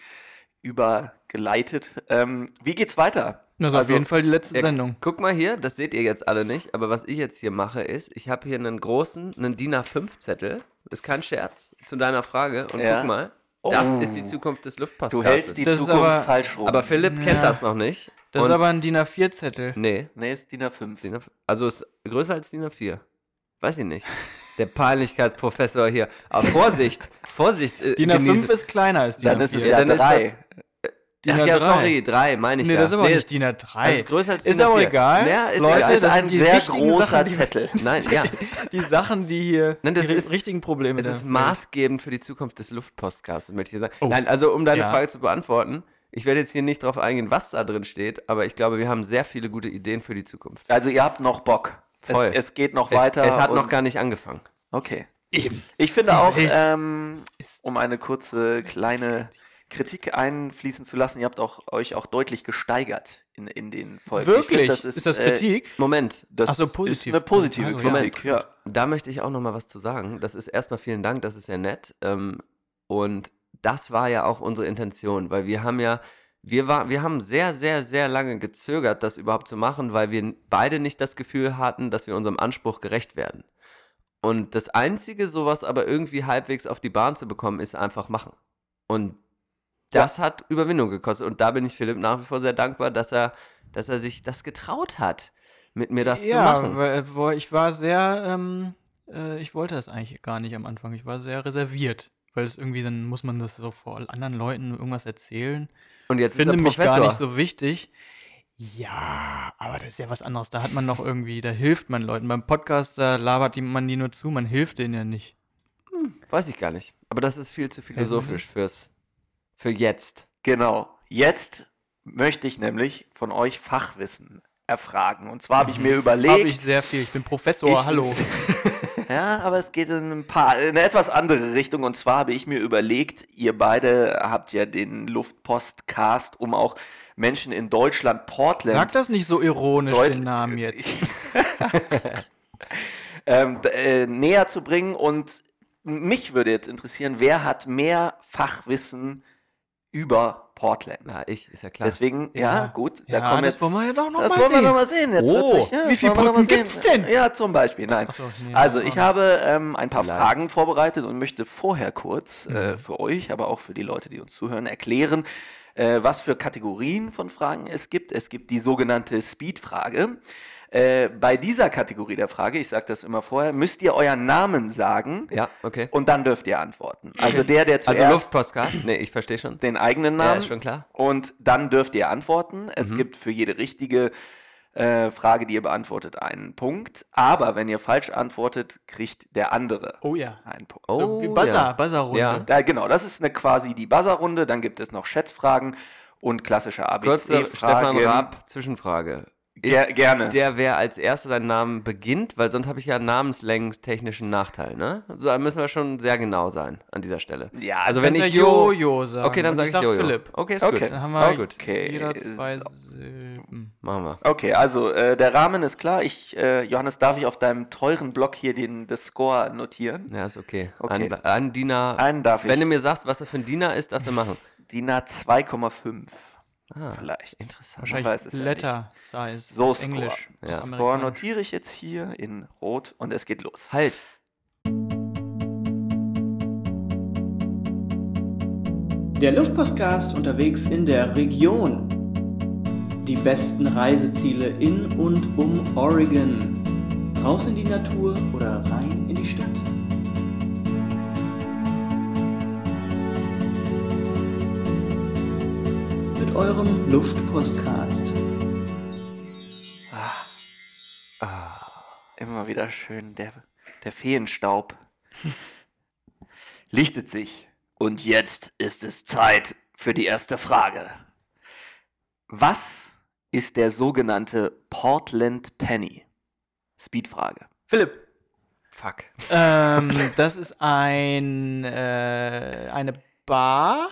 [SPEAKER 3] übergeleitet. Ähm, wie geht's weiter?
[SPEAKER 5] Das
[SPEAKER 4] Also
[SPEAKER 5] ist auf jeden Fall die letzte
[SPEAKER 4] Ja,
[SPEAKER 5] Sendung.
[SPEAKER 4] Guck mal hier, das seht ihr jetzt alle nicht, aber was ich jetzt hier mache ist, ich habe hier einen großen, einen DIN A5-Zettel, ist kein Scherz, zu deiner Frage. Und
[SPEAKER 3] Ja.
[SPEAKER 4] guck mal, das
[SPEAKER 5] Oh.
[SPEAKER 4] ist die Zukunft des Luftpasses.
[SPEAKER 3] Du hältst die
[SPEAKER 5] Das ist
[SPEAKER 3] Zukunft
[SPEAKER 5] aber-
[SPEAKER 3] falsch rum.
[SPEAKER 4] Aber Philipp kennt
[SPEAKER 5] Ja.
[SPEAKER 4] das noch nicht.
[SPEAKER 5] Das
[SPEAKER 4] und,
[SPEAKER 5] ist aber ein DIN A4-Zettel.
[SPEAKER 4] Nee,
[SPEAKER 3] nee, ist DIN A5.
[SPEAKER 4] DIN A5 also ist größer als DIN A4. Weiß ich nicht. Der Peinlichkeitsprofessor hier. Aber Vorsicht, Vorsicht. Äh,
[SPEAKER 5] DIN A5
[SPEAKER 4] genieße-
[SPEAKER 5] ist kleiner als DIN
[SPEAKER 3] Dann
[SPEAKER 5] A4.
[SPEAKER 3] ist es
[SPEAKER 4] Ja,
[SPEAKER 3] ja
[SPEAKER 4] dann ist
[SPEAKER 3] 3.
[SPEAKER 5] DIN
[SPEAKER 4] Ach ja,
[SPEAKER 5] A3.
[SPEAKER 4] sorry, drei meine ich
[SPEAKER 5] Nee,
[SPEAKER 4] ja.
[SPEAKER 5] das ist aber
[SPEAKER 4] Nee,
[SPEAKER 5] nicht DIN A3.
[SPEAKER 4] also ist größer als
[SPEAKER 5] Ist
[SPEAKER 4] DIN
[SPEAKER 5] aber
[SPEAKER 4] A4.
[SPEAKER 5] egal.
[SPEAKER 4] Ja, ist
[SPEAKER 5] Leute,
[SPEAKER 4] egal.
[SPEAKER 5] das
[SPEAKER 4] Es ist
[SPEAKER 5] sind
[SPEAKER 3] ein
[SPEAKER 5] die
[SPEAKER 3] sehr
[SPEAKER 5] wichtigen
[SPEAKER 3] großer
[SPEAKER 5] Sachen, die,
[SPEAKER 3] Zettel.
[SPEAKER 4] Nein, ja.
[SPEAKER 5] Die Sachen, die hier
[SPEAKER 4] Nein, das
[SPEAKER 5] die
[SPEAKER 4] ist-
[SPEAKER 5] richtigen Probleme
[SPEAKER 4] Es ist
[SPEAKER 5] der-
[SPEAKER 4] maßgebend für die Zukunft des Luftpostcasts, möchte ich hier sagen. Nein, also um deine
[SPEAKER 5] Ja.
[SPEAKER 4] Frage zu beantworten, ich werde jetzt hier nicht drauf eingehen, was da drin steht, aber ich glaube, wir haben sehr viele gute Ideen für die Zukunft.
[SPEAKER 3] Also ihr habt noch Bock.
[SPEAKER 4] Voll.
[SPEAKER 3] Es, es geht noch
[SPEAKER 4] Es,
[SPEAKER 3] weiter.
[SPEAKER 4] es hat noch
[SPEAKER 3] und-
[SPEAKER 4] gar nicht angefangen.
[SPEAKER 3] Okay. Ich finde auch,
[SPEAKER 5] Welt
[SPEAKER 3] ähm, um eine kurze kleine Kritik einfließen zu lassen, ihr habt auch, euch auch deutlich gesteigert in, in den Folgen. Ich
[SPEAKER 5] Wirklich?
[SPEAKER 3] finde,
[SPEAKER 5] ist, das Kritik?
[SPEAKER 4] Moment,
[SPEAKER 3] Äh, das
[SPEAKER 5] Ach so,
[SPEAKER 3] ist
[SPEAKER 5] positiv.
[SPEAKER 3] eine positive
[SPEAKER 5] Also, ja.
[SPEAKER 3] Kritik. Ja.
[SPEAKER 4] da möchte ich auch noch mal was zu sagen. Das ist erstmal vielen Dank, das ist ja nett. Ähm, und das war ja auch unsere Intention, weil wir haben ja, wir, war, wir haben sehr, sehr, sehr lange gezögert, das überhaupt zu machen, weil wir beide nicht das Gefühl hatten, dass wir unserem Anspruch gerecht werden. Und das Einzige, sowas aber irgendwie halbwegs auf die Bahn zu bekommen, ist einfach machen. Und das hat Überwindung gekostet. Und da bin ich Philipp nach wie vor sehr dankbar, dass er, dass er sich das getraut hat, mit mir das zu
[SPEAKER 5] ja,
[SPEAKER 4] machen.
[SPEAKER 5] weil- weil ich war sehr, ähm, äh, ich wollte das eigentlich gar nicht am Anfang. Ich war sehr reserviert, weil es irgendwie, dann muss man das so vor anderen Leuten irgendwas erzählen.
[SPEAKER 4] Und jetzt
[SPEAKER 5] Ich finde
[SPEAKER 4] ist er
[SPEAKER 5] mich
[SPEAKER 4] Professor.
[SPEAKER 5] gar nicht so wichtig. Ja, aber das ist ja was anderes. Da hat man noch irgendwie, da hilft man Leuten. Beim Podcast, da labert die- man die nur zu, man hilft denen ja nicht.
[SPEAKER 4] Weiß ich gar nicht. Aber das ist viel zu philosophisch fürs für jetzt.
[SPEAKER 3] Genau. Jetzt möchte ich nämlich von euch Fachwissen erfragen. Und zwar habe ich mir überlegt.
[SPEAKER 5] Habe ich sehr viel. Ich bin Professor,
[SPEAKER 3] Ich-
[SPEAKER 5] hallo.
[SPEAKER 3] Ja, aber es geht in ein paar, in eine etwas andere Richtung. Und zwar habe ich mir überlegt, ihr beide habt ja den Luftpostcast, um auch Menschen in Deutschland, Portland.
[SPEAKER 5] Sag das nicht so ironisch,
[SPEAKER 3] Deut-
[SPEAKER 5] den Namen jetzt.
[SPEAKER 3] ähm, d- äh, näher zu bringen. Und mich würde jetzt interessieren, wer hat mehr Fachwissen über Portland?
[SPEAKER 4] Na, ich, ist ja klar.
[SPEAKER 3] Deswegen, ja, gut,
[SPEAKER 5] Ja,
[SPEAKER 3] da kommen
[SPEAKER 5] das
[SPEAKER 3] jetzt,
[SPEAKER 5] wollen wir ja doch noch
[SPEAKER 3] das
[SPEAKER 5] mal
[SPEAKER 3] wollen wir
[SPEAKER 5] sehen.
[SPEAKER 3] doch mal sehen. Jetzt
[SPEAKER 4] Oh,
[SPEAKER 3] wird's sich- ja,
[SPEAKER 5] wie
[SPEAKER 3] das
[SPEAKER 5] viele
[SPEAKER 3] wollen wir doch mal
[SPEAKER 5] Brücken
[SPEAKER 3] sehen.
[SPEAKER 5] gibt's denn?
[SPEAKER 3] Ja, zum Beispiel, nein.
[SPEAKER 5] Ach so, nee,
[SPEAKER 3] also,
[SPEAKER 5] das
[SPEAKER 3] ich
[SPEAKER 5] war-
[SPEAKER 3] habe ähm, ein paar
[SPEAKER 4] Vielleicht. Mhm.
[SPEAKER 3] Fragen vorbereitet und möchte vorher kurz äh, für euch, aber auch für die Leute, die uns zuhören, erklären, äh, was für Kategorien von Fragen es gibt. Es gibt die sogenannte Speed-Frage. Äh, bei dieser Kategorie der Frage, ich sage das immer vorher, müsst ihr euren Namen sagen
[SPEAKER 4] ja, okay.
[SPEAKER 3] und dann dürft ihr antworten. Also der, der zuerst
[SPEAKER 4] Also Luftpostcast. Nee, ich verstehe schon.
[SPEAKER 3] den eigenen
[SPEAKER 4] Ja,
[SPEAKER 3] Namen.
[SPEAKER 4] ist schon klar. Mhm.
[SPEAKER 3] Und dann dürft ihr antworten. Es gibt für jede richtige äh, Frage, die ihr beantwortet, einen Punkt. Aber wenn ihr falsch antwortet, kriegt der andere
[SPEAKER 5] Oh ja.
[SPEAKER 3] einen Punkt.
[SPEAKER 5] So wie Buzzer, Buzzerrunde.
[SPEAKER 4] Oh, Ja.
[SPEAKER 3] Da, genau, das ist eine quasi die Buzzer-Runde. Dann gibt es noch Schätzfragen und klassische
[SPEAKER 4] Kurze Stefan
[SPEAKER 3] ABC-Fragen.
[SPEAKER 4] Raab, Zwischenfrage. Ist
[SPEAKER 3] Ger E gerne.
[SPEAKER 4] der, wer als erster seinen Namen beginnt, weil sonst habe ich ja namenslängenstechnischen Nachteil, ne? Da müssen wir schon sehr genau sein an dieser Stelle.
[SPEAKER 3] Ja,
[SPEAKER 4] also
[SPEAKER 5] Wenn
[SPEAKER 4] wenn
[SPEAKER 5] ja
[SPEAKER 4] ich Jo.
[SPEAKER 5] Jojo sagen.
[SPEAKER 4] Okay, dann
[SPEAKER 5] und
[SPEAKER 4] sage ich Jojo.
[SPEAKER 5] Philipp.
[SPEAKER 4] Okay, ist
[SPEAKER 3] Okay.
[SPEAKER 4] gut.
[SPEAKER 5] Dann haben
[SPEAKER 4] ist
[SPEAKER 5] wir
[SPEAKER 4] gut.
[SPEAKER 3] Okay,
[SPEAKER 5] jeder zwei
[SPEAKER 3] so.
[SPEAKER 5] Silben.
[SPEAKER 4] Machen wir.
[SPEAKER 3] Okay, also äh, der Rahmen ist klar. Ich, äh, Johannes, darf ich auf deinem teuren Block hier den, das Score notieren?
[SPEAKER 4] Ja, ist okay.
[SPEAKER 3] Okay.
[SPEAKER 4] Ein, ein Diener.
[SPEAKER 3] Einen darf ich.
[SPEAKER 4] Wenn du mir sagst, was er für ein Diener ist, darfst du machen.
[SPEAKER 3] DINA 2,5. vielleicht.
[SPEAKER 4] Ah, Interessant.
[SPEAKER 3] Man
[SPEAKER 5] Wahrscheinlich
[SPEAKER 3] ja
[SPEAKER 5] Letter Size.
[SPEAKER 3] So
[SPEAKER 5] auf
[SPEAKER 3] Score.
[SPEAKER 5] Englisch.
[SPEAKER 4] Ja.
[SPEAKER 5] auf
[SPEAKER 3] nicht. Score
[SPEAKER 5] Amerikanisch.
[SPEAKER 3] notiere ich jetzt hier in Rot und es geht los.
[SPEAKER 4] Halt.
[SPEAKER 6] Der Luftpostcast unterwegs in der Region. Die besten Reiseziele in und um Oregon. Raus in die Natur oder rein in die Stadt. Mit eurem Luftpostcast.
[SPEAKER 3] Immer wieder schön, der, der Feenstaub lichtet sich. Und jetzt ist es Zeit für die erste Frage. Was ist der sogenannte Portland Penny? Speedfrage.
[SPEAKER 5] Philipp.
[SPEAKER 4] Fuck.
[SPEAKER 5] Ähm, das ist ein, äh, eine Bar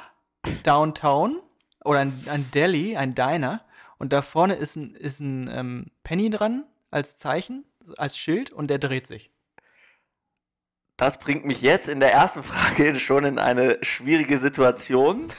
[SPEAKER 5] downtown oder ein, ein Deli, ein Diner. Und da vorne ist ein, ist ein ähm, Penny dran als Zeichen, so als Schild und der dreht sich.
[SPEAKER 3] Das bringt mich jetzt in der ersten Frage schon in eine schwierige Situation,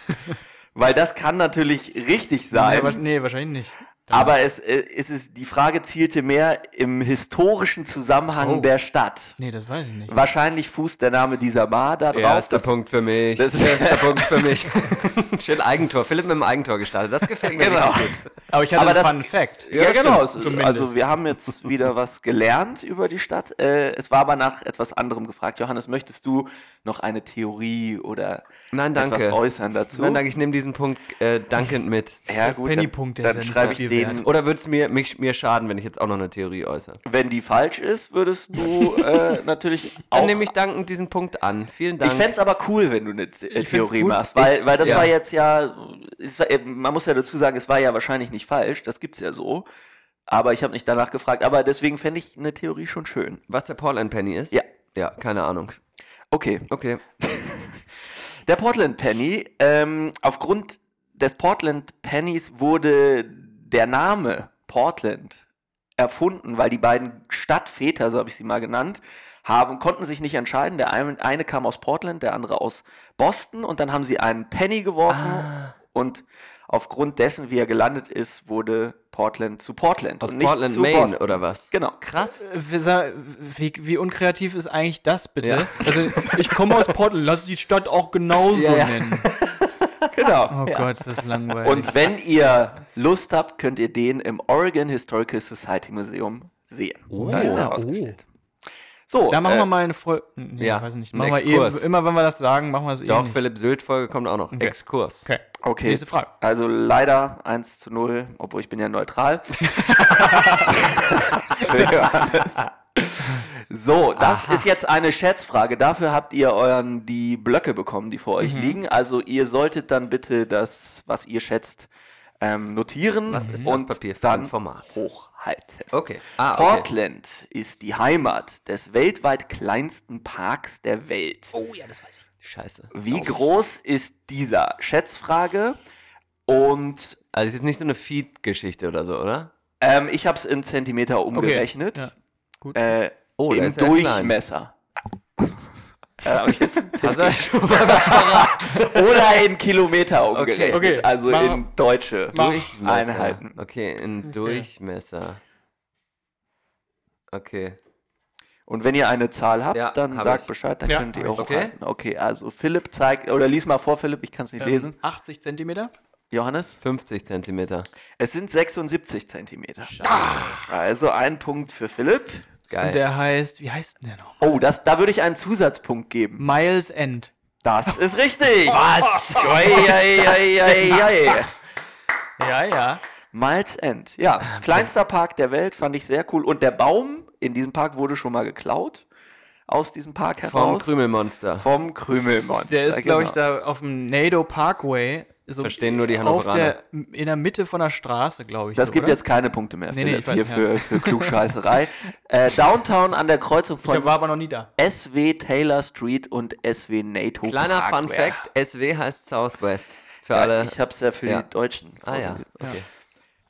[SPEAKER 3] weil das kann natürlich richtig sein.
[SPEAKER 5] Nee, wa- nee, wahrscheinlich nicht.
[SPEAKER 3] Aber es, äh, es ist, die Frage zielte mehr im historischen Zusammenhang
[SPEAKER 5] Oh.
[SPEAKER 3] der Stadt.
[SPEAKER 5] Nee, das weiß ich nicht.
[SPEAKER 3] Wahrscheinlich fußt der Name dieser Bar darauf.
[SPEAKER 4] Erster
[SPEAKER 3] dass-
[SPEAKER 4] Punkt für mich.
[SPEAKER 3] das-
[SPEAKER 4] Erster Punkt für mich. Schön Eigentor. Philipp mit dem Eigentor gestartet. Das gefällt mir
[SPEAKER 3] Genau.
[SPEAKER 4] richtig gut.
[SPEAKER 5] Aber ich hatte
[SPEAKER 3] Aber
[SPEAKER 5] einen
[SPEAKER 3] das-
[SPEAKER 5] Fun Fact.
[SPEAKER 3] Ja,
[SPEAKER 4] Ja,
[SPEAKER 3] genau.
[SPEAKER 4] stimmt,
[SPEAKER 3] Es-
[SPEAKER 5] zumindest.
[SPEAKER 3] also wir haben jetzt wieder was gelernt über die Stadt. Äh, es war aber nach etwas anderem gefragt. Johannes, möchtest du noch eine Theorie oder
[SPEAKER 4] Nein, danke.
[SPEAKER 3] etwas äußern dazu?
[SPEAKER 4] Nein, danke, ich nehme diesen Punkt äh, dankend mit. Äh,
[SPEAKER 3] Ja, gut,
[SPEAKER 5] Pennypunkt, der
[SPEAKER 3] dann, dann
[SPEAKER 5] ist ja nicht
[SPEAKER 3] schreibe
[SPEAKER 5] so
[SPEAKER 3] ich
[SPEAKER 5] viel
[SPEAKER 3] den.
[SPEAKER 4] Oder würde es mir, mich, mir schaden, wenn ich jetzt auch noch eine Theorie äußere?
[SPEAKER 3] Wenn die falsch ist, würdest du äh, natürlich auch...
[SPEAKER 4] Dann nehme ich dankend diesen Punkt an. Vielen Dank.
[SPEAKER 3] Ich fänd's aber cool, wenn du eine Z- äh,
[SPEAKER 4] Ich find's
[SPEAKER 3] Theorie
[SPEAKER 4] gut.
[SPEAKER 3] machst, weil,
[SPEAKER 4] Ich-
[SPEAKER 3] weil das
[SPEAKER 4] ja.
[SPEAKER 3] war jetzt ja, es war, äh, man muss ja dazu sagen, es war ja wahrscheinlich nicht falsch, das gibt's ja so, aber ich habe nicht danach gefragt, aber deswegen fände ich eine Theorie schon schön.
[SPEAKER 4] Was der Portland Penny ist?
[SPEAKER 3] Ja.
[SPEAKER 4] Ja, keine Ahnung.
[SPEAKER 3] Okay,
[SPEAKER 4] Okay.
[SPEAKER 3] der Portland Penny, ähm, aufgrund des Portland Pennys wurde der Name Portland erfunden, weil die beiden Stadtväter, so habe ich sie mal genannt, haben, konnten sich nicht entscheiden. Der eine, eine kam aus Portland, der andere aus Boston und dann haben sie einen Penny geworfen
[SPEAKER 4] Ah.
[SPEAKER 3] und aufgrund dessen, wie er gelandet ist, wurde Portland zu Portland.
[SPEAKER 4] Aus
[SPEAKER 3] und nicht
[SPEAKER 4] Portland,
[SPEAKER 3] zu
[SPEAKER 4] Maine
[SPEAKER 3] Boston.
[SPEAKER 4] oder was?
[SPEAKER 3] Genau.
[SPEAKER 4] Krass.
[SPEAKER 5] Wie, sa- wie, wie unkreativ ist eigentlich das bitte?
[SPEAKER 4] Ja.
[SPEAKER 5] Also ich komme aus Portland, lass die Stadt auch genauso
[SPEAKER 3] Ja, ja.
[SPEAKER 5] nennen.
[SPEAKER 3] Genau.
[SPEAKER 5] Oh Gott, das ist langweilig.
[SPEAKER 3] Und wenn ihr Lust habt, könnt ihr den im Oregon Historical Society Museum sehen. da ist
[SPEAKER 5] Oh.
[SPEAKER 3] er ausgestellt. So,
[SPEAKER 5] da machen
[SPEAKER 3] äh,
[SPEAKER 5] wir mal eine Folge. Nee,
[SPEAKER 4] ja,
[SPEAKER 5] weiß ich nicht.
[SPEAKER 4] ein
[SPEAKER 5] Machen wir
[SPEAKER 4] Exkurs.
[SPEAKER 5] eh, immer wenn wir das sagen, machen wir es eh.
[SPEAKER 4] Doch,
[SPEAKER 5] nicht.
[SPEAKER 4] Philipp Sylt-Folge kommt auch noch. Exkurs.
[SPEAKER 5] Okay.
[SPEAKER 3] okay.
[SPEAKER 5] Nächste Frage.
[SPEAKER 3] Also leider 1 zu 0, obwohl ich bin ja neutral. Für Johannes. so, das ist jetzt eine Scherzfrage. Dafür habt ihr euren die Blöcke bekommen, die vor
[SPEAKER 5] Mhm.
[SPEAKER 3] euch liegen. Also ihr solltet dann bitte das, was ihr schätzt, ähm, notieren
[SPEAKER 4] Was ist das
[SPEAKER 3] und
[SPEAKER 4] Papier für ein
[SPEAKER 3] dann
[SPEAKER 4] Format?
[SPEAKER 3] hochhalten.
[SPEAKER 4] Okay. Ah, okay.
[SPEAKER 3] Portland ist die Heimat des weltweit kleinsten Parks der Welt.
[SPEAKER 4] Scheiße.
[SPEAKER 3] Wie groß ist dieser? Schätzfrage. Und
[SPEAKER 4] Also ist jetzt nicht so eine Feed-Geschichte oder so, oder?
[SPEAKER 3] ähm, ich habe es in Zentimeter umgerechnet.
[SPEAKER 5] ja. Gut.
[SPEAKER 3] Äh,
[SPEAKER 4] Oh, der
[SPEAKER 3] Im
[SPEAKER 4] ist ja klein.
[SPEAKER 3] Durchmesser. Äh, hab ich jetzt einen Tipp
[SPEAKER 4] Also schon mal
[SPEAKER 3] gegeben? Oder in Kilometer umgerechnet.
[SPEAKER 5] Okay.
[SPEAKER 3] Also
[SPEAKER 5] Mach-
[SPEAKER 3] in deutsche
[SPEAKER 5] mach-
[SPEAKER 4] Durchmesser.
[SPEAKER 3] Einheiten.
[SPEAKER 4] Okay, ein Durchmesser. Okay.
[SPEAKER 3] Und wenn ihr eine Zahl habt,
[SPEAKER 4] Ja,
[SPEAKER 3] dann
[SPEAKER 4] hab
[SPEAKER 3] sagt
[SPEAKER 4] ich.
[SPEAKER 3] Bescheid, dann
[SPEAKER 5] Ja,
[SPEAKER 3] könnt ihr
[SPEAKER 5] hab
[SPEAKER 3] auch
[SPEAKER 4] ich. Okay.
[SPEAKER 3] hochhalten. Okay, also Philipp zeigt, oder lies mal vor, Philipp, ich kann es nicht lesen.
[SPEAKER 5] 80 Zentimeter?
[SPEAKER 3] Johannes?
[SPEAKER 4] 50 Zentimeter.
[SPEAKER 3] Es sind 76 Zentimeter.
[SPEAKER 5] Ah.
[SPEAKER 3] Also ein Punkt für Philipp.
[SPEAKER 4] Geil.
[SPEAKER 5] Und der heißt, wie heißt denn der noch?
[SPEAKER 3] Oh, das, da würde ich einen Zusatzpunkt geben.
[SPEAKER 5] Miles End.
[SPEAKER 3] Das ist richtig. Was? Eieieiei.
[SPEAKER 5] Ja, ja.
[SPEAKER 3] Miles End. Ja, kleinster Park der Welt, fand ich sehr cool. Und der Baum in diesem Park wurde schon mal geklaut. Aus diesem Park
[SPEAKER 4] Vom
[SPEAKER 3] heraus.
[SPEAKER 4] Krümelmonster.
[SPEAKER 3] Vom Krümelmonster.
[SPEAKER 5] Der ist, glaube ich,
[SPEAKER 3] genau.
[SPEAKER 5] da auf dem Nado Parkway. So
[SPEAKER 4] Verstehen nur die
[SPEAKER 5] auf
[SPEAKER 4] Hannoveraner.
[SPEAKER 5] der, In der Mitte von der Straße, glaube ich.
[SPEAKER 3] Das
[SPEAKER 5] so,
[SPEAKER 3] gibt
[SPEAKER 5] oder?
[SPEAKER 3] jetzt keine Punkte mehr,
[SPEAKER 5] Nee, nee,
[SPEAKER 3] Philipp,
[SPEAKER 5] ich weiß
[SPEAKER 3] hier
[SPEAKER 5] nicht,
[SPEAKER 3] für, für Klugscheißerei. äh, Downtown an der Kreuzung
[SPEAKER 5] Ich war
[SPEAKER 3] von
[SPEAKER 5] aber noch nie da.
[SPEAKER 3] SW Taylor Street und SW NATO
[SPEAKER 4] Kleiner
[SPEAKER 3] Parkway.
[SPEAKER 4] Fun Fact: SW heißt Southwest. Für
[SPEAKER 3] Ja,
[SPEAKER 4] alle.
[SPEAKER 3] ich hab's ja für
[SPEAKER 4] Ja.
[SPEAKER 3] die Deutschen.
[SPEAKER 4] ah ja.
[SPEAKER 3] vorgelesen.
[SPEAKER 4] Okay.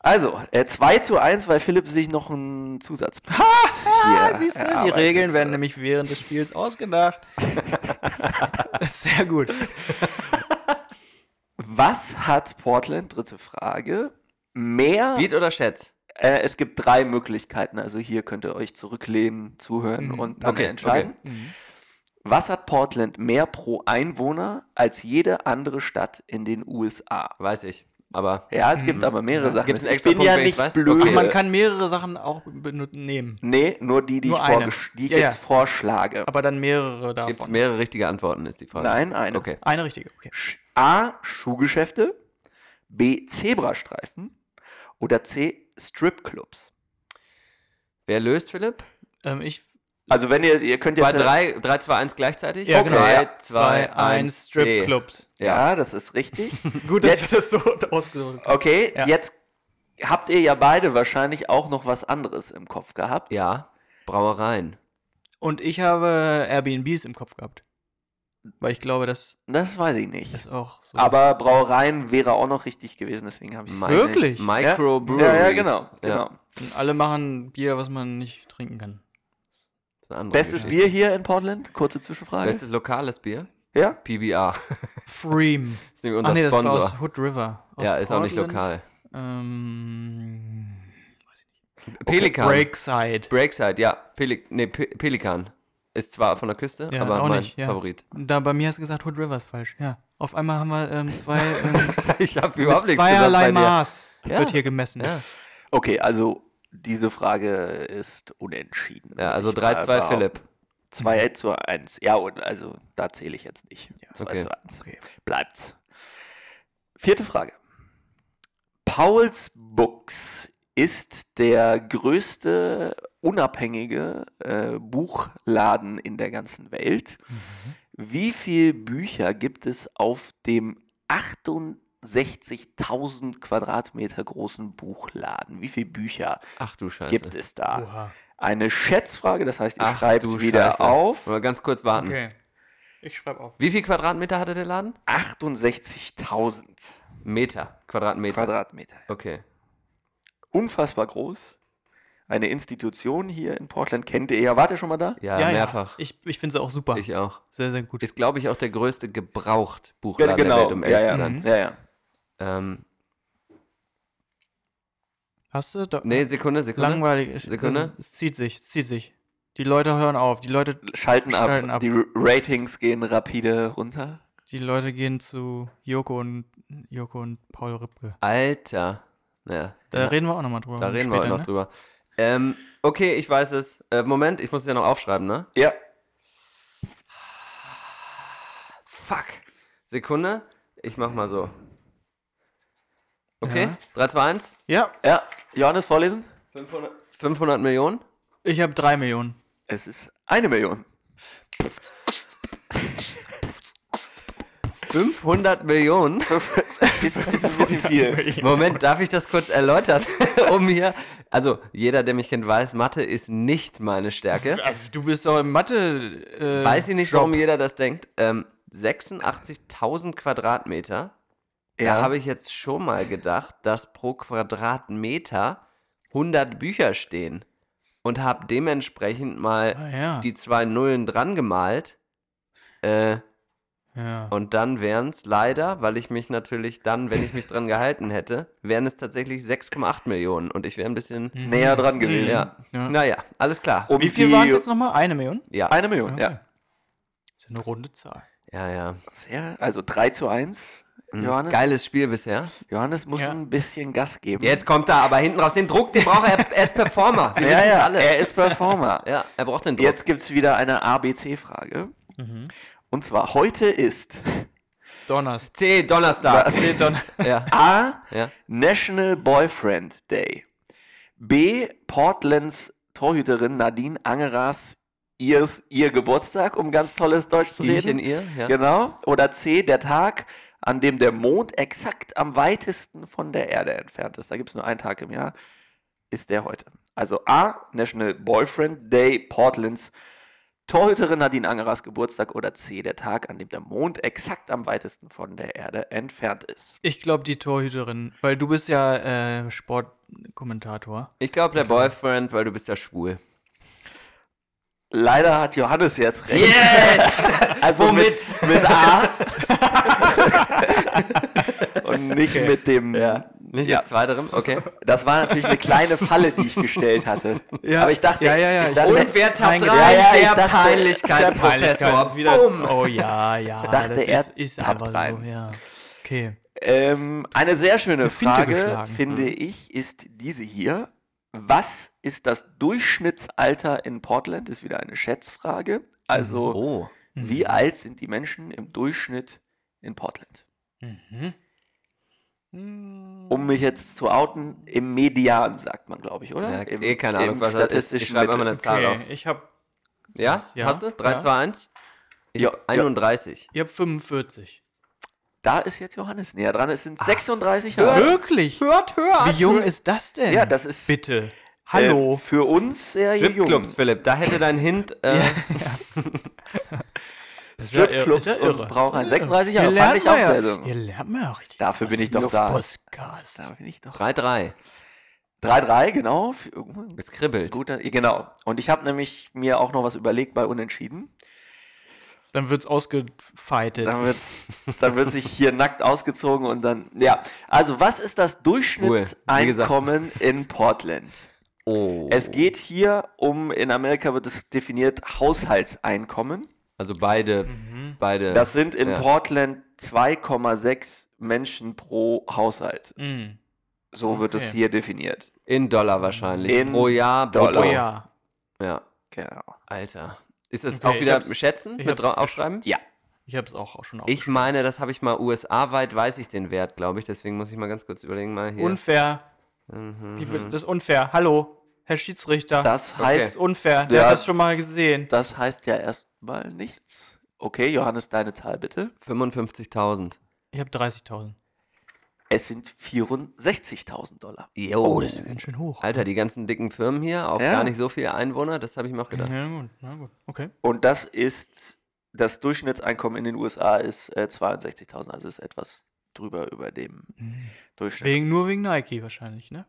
[SPEAKER 3] Also, äh, 2 zu 1, weil Philipp sich noch einen Zusatzpunkt ha, hier
[SPEAKER 5] Siehst du, die
[SPEAKER 3] erarbeitet
[SPEAKER 5] Regeln werden
[SPEAKER 3] hat.
[SPEAKER 5] nämlich während des Spiels ausgedacht. Sehr gut.
[SPEAKER 3] Was hat Portland, dritte Frage, mehr...
[SPEAKER 4] Speed oder Schätz?
[SPEAKER 3] Äh, es gibt drei Möglichkeiten, also hier könnt ihr euch zurücklehnen, zuhören und dann
[SPEAKER 4] Mhm. Okay,
[SPEAKER 3] entscheiden. Was hat Portland mehr pro Einwohner als jede andere Stadt in den USA?
[SPEAKER 4] Weiß ich. Aber
[SPEAKER 3] Ja, es gibt aber mehrere Sachen.
[SPEAKER 4] Mhm. Gibt's einen
[SPEAKER 3] ich
[SPEAKER 4] extra
[SPEAKER 3] bin
[SPEAKER 4] Punkt,
[SPEAKER 3] ja
[SPEAKER 4] wenn
[SPEAKER 3] nicht
[SPEAKER 4] ich's weiß?
[SPEAKER 3] blöd.
[SPEAKER 4] Okay.
[SPEAKER 5] Man kann mehrere Sachen auch benut- nehmen,
[SPEAKER 3] nee, nur die, die
[SPEAKER 5] Nur
[SPEAKER 3] ich,
[SPEAKER 5] eine.
[SPEAKER 3] vorgesch- die ich
[SPEAKER 5] Ja, ja.
[SPEAKER 3] jetzt vorschlage.
[SPEAKER 5] aber dann mehrere davon.
[SPEAKER 4] gibt es mehrere richtige Antworten, ist die Frage.
[SPEAKER 3] Nein, eine.
[SPEAKER 4] Okay.
[SPEAKER 5] Eine richtige, okay.
[SPEAKER 3] Sch- A. Schuhgeschäfte. B. Zebrastreifen. Oder C. Stripclubs.
[SPEAKER 4] Wer löst, Philipp?
[SPEAKER 5] Ähm, ich,
[SPEAKER 3] Also wenn ihr, ihr könnt
[SPEAKER 4] Bei
[SPEAKER 3] jetzt...
[SPEAKER 4] 3, 3, 2, 1 gleichzeitig?
[SPEAKER 5] Ja, genau.
[SPEAKER 3] Ja.
[SPEAKER 4] 3, 2, 1,
[SPEAKER 5] Stripclubs.
[SPEAKER 4] Ja.
[SPEAKER 3] ja. das ist richtig.
[SPEAKER 5] Gut, dass wir das so ausgesucht haben.
[SPEAKER 3] Okay,
[SPEAKER 5] Ja.
[SPEAKER 3] jetzt habt ihr ja beide wahrscheinlich auch noch was anderes im Kopf gehabt.
[SPEAKER 4] Ja. Brauereien.
[SPEAKER 5] Und ich habe Airbnbs im Kopf gehabt. Weil ich glaube, das
[SPEAKER 3] Das weiß ich nicht.
[SPEAKER 5] ist auch so.
[SPEAKER 3] Aber Brauereien wäre auch noch richtig gewesen, deswegen habe ich...
[SPEAKER 4] Meine
[SPEAKER 5] Wirklich?
[SPEAKER 4] ich. Microbreweries.
[SPEAKER 3] Ja, ja, genau.
[SPEAKER 4] Ja,
[SPEAKER 3] genau.
[SPEAKER 5] Und alle machen Bier, was man nicht trinken kann.
[SPEAKER 4] das ist eine andere
[SPEAKER 3] Bestes
[SPEAKER 4] Geschichte.
[SPEAKER 3] Bier hier in Portland? Kurze Zwischenfrage.
[SPEAKER 4] Bestes lokales Bier?
[SPEAKER 3] Ja?
[SPEAKER 4] PBR.
[SPEAKER 5] Freem.
[SPEAKER 4] ist nämlich
[SPEAKER 5] Ach
[SPEAKER 4] unser
[SPEAKER 5] nee, das war
[SPEAKER 4] Sponsor.
[SPEAKER 5] aus Hood River. Aus
[SPEAKER 4] ja, ist auch nicht
[SPEAKER 5] Portland.
[SPEAKER 4] lokal.
[SPEAKER 5] Ähm,
[SPEAKER 4] Pelikan.
[SPEAKER 5] Breakside.
[SPEAKER 4] Breakside, ja. Peli nee, Pe Pelikan. Ist zwar von der Küste,
[SPEAKER 5] Ja,
[SPEAKER 4] aber
[SPEAKER 5] auch
[SPEAKER 4] mein
[SPEAKER 5] nicht, ja.
[SPEAKER 4] Favorit.
[SPEAKER 5] Da bei mir hast du gesagt Hood River ist falsch. Ja. Auf einmal haben wir ähm, zwei ähm,
[SPEAKER 4] Ich habe
[SPEAKER 5] mit
[SPEAKER 4] überhaupt nichts gesagt bei
[SPEAKER 5] zweierlei
[SPEAKER 4] dir.
[SPEAKER 5] Maß
[SPEAKER 4] Ja.
[SPEAKER 5] wird hier gemessen.
[SPEAKER 4] Ja.
[SPEAKER 3] Okay, also diese Frage ist unentschieden.
[SPEAKER 4] Ja, also
[SPEAKER 3] Ich war
[SPEAKER 4] 3-2 Philipp. Mhm.
[SPEAKER 3] 2 zu 1. Ja, und also da zähle ich jetzt nicht. 2
[SPEAKER 4] Okay.
[SPEAKER 3] zu 1. Bleibt's. Vierte Frage. Pauls Books ist der größte unabhängige äh, Buchladen in der ganzen Welt.
[SPEAKER 4] Mhm.
[SPEAKER 3] Wie viele Bücher gibt es auf dem 68.000 Quadratmeter großen Buchladen? Wie viele Bücher
[SPEAKER 4] Ach du Scheiße.
[SPEAKER 3] gibt es da?
[SPEAKER 5] Oha.
[SPEAKER 3] Eine Schätzfrage, das heißt, ihr
[SPEAKER 4] Ach, du
[SPEAKER 3] schreibt wieder
[SPEAKER 4] Scheiße.
[SPEAKER 3] auf.
[SPEAKER 4] Mal ganz kurz warten.
[SPEAKER 5] Okay. Ich schreibe auf.
[SPEAKER 4] Wie viel Quadratmeter hatte der Laden?
[SPEAKER 3] 68.000
[SPEAKER 4] Meter. Quadratmeter.
[SPEAKER 3] Quadratmeter.
[SPEAKER 4] Okay.
[SPEAKER 3] Unfassbar groß. Eine Institution hier in Portland kennt ihr ja. Wart ihr schon mal da?
[SPEAKER 4] Ja, mehrfach.
[SPEAKER 5] Ich, ich finde sie auch super.
[SPEAKER 4] Ich auch.
[SPEAKER 5] sehr, sehr gut.
[SPEAKER 4] Ist, glaube ich, auch der größte gebraucht Buchladen der Welt, um ehrlich
[SPEAKER 3] genau. ja, ja.
[SPEAKER 4] zu
[SPEAKER 5] Mhm.
[SPEAKER 4] sein.
[SPEAKER 3] ja, ja.
[SPEAKER 4] Ähm,
[SPEAKER 5] Hast du? Da,
[SPEAKER 4] nee, Sekunde, Sekunde.
[SPEAKER 5] langweilig. Ich-
[SPEAKER 4] Sekunde.
[SPEAKER 5] Es, es zieht sich, es zieht sich. Die Leute hören auf. Die Leute,
[SPEAKER 3] Schalten, ab.
[SPEAKER 5] Schalten ab.
[SPEAKER 3] Die R- Ratings gehen rapide runter.
[SPEAKER 5] die Leute gehen zu Joko und Joko und Paul Ripke.
[SPEAKER 4] Alter. Naja,
[SPEAKER 5] Da
[SPEAKER 4] da,
[SPEAKER 5] reden wir auch nochmal drüber.
[SPEAKER 4] da reden wir auch
[SPEAKER 5] später,
[SPEAKER 4] noch
[SPEAKER 5] ne?
[SPEAKER 4] drüber. Ähm, okay, ich weiß es. Äh, Moment, ich muss es ja noch aufschreiben, ne?
[SPEAKER 3] Ja.
[SPEAKER 4] Fuck. Sekunde. Ich mach mal so. Okay,
[SPEAKER 5] Ja.
[SPEAKER 4] 3, 2, 1.
[SPEAKER 5] ne? Ja,
[SPEAKER 3] Ja. Johannes, vorlesen?
[SPEAKER 4] 500, 500 Millionen.
[SPEAKER 5] ich habe drei Millionen.
[SPEAKER 3] Es ist eine Million.
[SPEAKER 4] 500 Millionen?
[SPEAKER 3] ist, ist ein bisschen viel.
[SPEAKER 4] Moment, darf ich das kurz erläutern? um hier. Also, jeder, der mich kennt, weiß, Mathe ist nicht meine Stärke.
[SPEAKER 5] Du bist doch im Mathe. Äh,
[SPEAKER 4] Weiß ich nicht,
[SPEAKER 5] Job.
[SPEAKER 4] warum jeder das denkt. Ähm, 86.000 Quadratmeter. Da habe ich jetzt schon mal gedacht, dass pro Quadratmeter 100 Bücher stehen. Und habe dementsprechend mal
[SPEAKER 5] Ah, ja.
[SPEAKER 4] die zwei Nullen dran gemalt. Äh,
[SPEAKER 5] ja.
[SPEAKER 4] und dann wären es leider, weil ich mich natürlich dann, wenn ich mich dran gehalten hätte, wären es tatsächlich 6,8 Millionen. Und ich wäre ein bisschen.
[SPEAKER 3] Näher dran gewesen.
[SPEAKER 4] Ja.
[SPEAKER 5] Mhm. Ja.
[SPEAKER 4] Naja, alles klar.
[SPEAKER 3] Um
[SPEAKER 5] Wie viel
[SPEAKER 3] die-
[SPEAKER 5] waren es jetzt nochmal? Eine Million?
[SPEAKER 4] Ja.
[SPEAKER 3] Eine Million,
[SPEAKER 5] Okay.
[SPEAKER 3] ja.
[SPEAKER 5] Das ist eine runde Zahl.
[SPEAKER 4] Ja, ja.
[SPEAKER 3] Sehr, also 3 zu 1.
[SPEAKER 4] Mhm.
[SPEAKER 3] Johannes,
[SPEAKER 4] Geiles Spiel bisher.
[SPEAKER 3] Johannes muss
[SPEAKER 5] Ja.
[SPEAKER 3] ein bisschen Gas geben.
[SPEAKER 4] Jetzt kommt er aber hinten raus. Den Druck, den braucht er. Er ist Performer. Wir
[SPEAKER 3] ja,
[SPEAKER 4] wissen's
[SPEAKER 3] ja,
[SPEAKER 4] alle.
[SPEAKER 3] er ist Performer.
[SPEAKER 4] Ja, er braucht den Druck.
[SPEAKER 3] Jetzt gibt es wieder eine ABC-Frage. Und zwar, heute ist
[SPEAKER 5] Donners.
[SPEAKER 4] C, Donnerstag.
[SPEAKER 5] Nee, Don
[SPEAKER 4] ja.
[SPEAKER 3] A.
[SPEAKER 4] Ja.
[SPEAKER 3] National Boyfriend Day. B. Portlands Torhüterin Nadine Angeras ihrs, ihr Geburtstag, um ganz tolles Deutsch zu
[SPEAKER 4] Ich
[SPEAKER 3] reden.
[SPEAKER 4] in ihr. Ja.
[SPEAKER 3] Genau. Oder C. Der Tag, an dem der Mond exakt am weitesten von der Erde entfernt ist. Da gibt es nur einen Tag im Jahr. Ist der heute. Also A. National Boyfriend Day Portlands Torhüterin Nadine Angeras Geburtstag oder C. Der Tag, an dem der Mond exakt am weitesten von der Erde entfernt ist.
[SPEAKER 5] Ich glaube, die Torhüterin, weil du bist ja äh, Sportkommentator.
[SPEAKER 4] Ich glaube, der Boyfriend, weil du bist ja schwul.
[SPEAKER 3] Leider hat Johannes jetzt recht.
[SPEAKER 4] Yes!
[SPEAKER 3] Also
[SPEAKER 4] Womit?
[SPEAKER 3] Mit, mit A. Und nicht mit dem.
[SPEAKER 4] Nicht
[SPEAKER 3] Ja.
[SPEAKER 4] mit zweiterem? Okay.
[SPEAKER 3] Das war natürlich eine kleine Falle, die ich gestellt hatte.
[SPEAKER 5] Ja.
[SPEAKER 3] Aber ich dachte,
[SPEAKER 5] Ja, ja, ja.
[SPEAKER 3] ich dachte,
[SPEAKER 4] Und wer tappt rein?
[SPEAKER 5] Nein,
[SPEAKER 3] ja, ja, ich
[SPEAKER 4] der
[SPEAKER 3] dachte-
[SPEAKER 4] Peinlichkeitsprofessor. Bumm.
[SPEAKER 5] Oh ja, ja.
[SPEAKER 3] dachte,
[SPEAKER 5] das
[SPEAKER 3] er
[SPEAKER 5] ist, ist
[SPEAKER 3] tappt
[SPEAKER 5] aber so,
[SPEAKER 3] rein.
[SPEAKER 5] ja. Okay.
[SPEAKER 3] ähm, eine sehr schöne
[SPEAKER 5] Finte
[SPEAKER 3] Frage,
[SPEAKER 5] geschlagen.
[SPEAKER 3] finde
[SPEAKER 4] Mhm.
[SPEAKER 3] ich, ist diese hier. Was ist das Durchschnittsalter in Portland? Ist wieder eine Schätzfrage. Also,
[SPEAKER 4] Oh.
[SPEAKER 3] wie alt sind die Menschen im Durchschnitt in Portland?
[SPEAKER 4] Mhm.
[SPEAKER 3] Um mich jetzt zu outen, im Median sagt man, glaube ich, oder?
[SPEAKER 4] Ja,
[SPEAKER 3] Im,
[SPEAKER 4] eh keine Ahnung,
[SPEAKER 3] im
[SPEAKER 4] was das ist. Ich
[SPEAKER 3] statistischen
[SPEAKER 4] schreibe immer
[SPEAKER 3] Mittel.
[SPEAKER 4] eine Zahl auf.
[SPEAKER 5] ich habe
[SPEAKER 4] Ja?
[SPEAKER 5] Ja.
[SPEAKER 4] Hast du? 3,
[SPEAKER 5] Ja.
[SPEAKER 4] 2, 1? Ich
[SPEAKER 3] Ja,
[SPEAKER 4] hab
[SPEAKER 3] ja.
[SPEAKER 4] 31.
[SPEAKER 5] ich hab 45.
[SPEAKER 3] Da ist jetzt Johannes näher dran. Es sind 36 Jahre.
[SPEAKER 5] Wirklich?
[SPEAKER 4] Hört, hört!
[SPEAKER 5] Wie jung ist das denn?
[SPEAKER 3] Ja, das ist
[SPEAKER 5] Bitte.
[SPEAKER 3] äh,
[SPEAKER 5] Hallo.
[SPEAKER 3] für uns sehr jung.
[SPEAKER 4] Stripclubs, Philipp. Da hätte dein Hint. Äh,
[SPEAKER 3] Stripclubs
[SPEAKER 5] Ist ja irre.
[SPEAKER 3] und Brauereien. 36 Jahre, fand ich auch sehr jung.
[SPEAKER 5] Ihr lernt mir auch richtig.
[SPEAKER 3] Dafür bin ich doch da. Da
[SPEAKER 5] da.
[SPEAKER 3] bin ich doch.
[SPEAKER 4] 3, 3.
[SPEAKER 3] 3-3, genau. Für- oh,
[SPEAKER 4] Es kribbelt.
[SPEAKER 3] Guter, genau. Und ich habe nämlich mir auch noch was überlegt bei Unentschieden.
[SPEAKER 5] Dann wird's ausgefeitet.
[SPEAKER 3] Dann wird's, dann wird sich hier nackt ausgezogen und dann. Ja. Also, was ist das Durchschnittseinkommen in Portland?
[SPEAKER 4] Oh.
[SPEAKER 3] Es geht hier um, in Amerika wird es definiert, Haushaltseinkommen.
[SPEAKER 4] Also beide,
[SPEAKER 5] Mhm.
[SPEAKER 4] beide.
[SPEAKER 3] Das sind in
[SPEAKER 4] ja.
[SPEAKER 3] Portland 2,6 Menschen pro Haushalt.
[SPEAKER 5] Mhm.
[SPEAKER 3] So wird es
[SPEAKER 5] Okay.
[SPEAKER 3] hier definiert.
[SPEAKER 4] in Dollar wahrscheinlich.
[SPEAKER 3] In
[SPEAKER 4] pro Jahr, brutto.
[SPEAKER 5] Oh
[SPEAKER 3] Dollar.
[SPEAKER 5] ja.
[SPEAKER 4] Ja.
[SPEAKER 3] Genau.
[SPEAKER 4] Ah, Alter. Ist das
[SPEAKER 5] Okay,
[SPEAKER 4] auch
[SPEAKER 5] ich
[SPEAKER 4] wieder
[SPEAKER 5] hab's-
[SPEAKER 4] schätzen
[SPEAKER 5] ich
[SPEAKER 4] mit
[SPEAKER 5] hab's-
[SPEAKER 4] dra- aufschreiben?
[SPEAKER 3] Ja.
[SPEAKER 5] Ich habe es auch, auch schon
[SPEAKER 4] Ich
[SPEAKER 5] aufgeschrieben.
[SPEAKER 4] meine, das habe ich mal USA-weit, weiß ich den Wert, glaube ich. Deswegen muss ich mal ganz kurz überlegen, mal hier.
[SPEAKER 5] Unfair. Wie be- Das ist unfair. Hallo, Herr Schiedsrichter.
[SPEAKER 3] Mhm. Das
[SPEAKER 5] ist
[SPEAKER 3] heißt,
[SPEAKER 5] unfair. Der
[SPEAKER 3] Ja.
[SPEAKER 5] hat das schon mal gesehen.
[SPEAKER 3] das heißt ja erstmal nichts. Okay, Johannes, deine Zahl bitte.
[SPEAKER 4] 55.000.
[SPEAKER 5] Ich habe 30.000.
[SPEAKER 3] Es sind 64.000 Dollar.
[SPEAKER 4] Oh, das
[SPEAKER 5] Ganz schön hoch.
[SPEAKER 4] Alter, die ganzen dicken Firmen hier auf
[SPEAKER 3] Ja.
[SPEAKER 4] gar nicht so viele Einwohner, das habe ich mir auch gedacht.
[SPEAKER 5] Na gut, na gut. Okay.
[SPEAKER 3] Und das ist, das Durchschnittseinkommen in den USA ist äh, 62.000, also ist etwas drüber über dem Durchschnitt.
[SPEAKER 5] Hm. Wegen, nur wegen Nike wahrscheinlich, ne?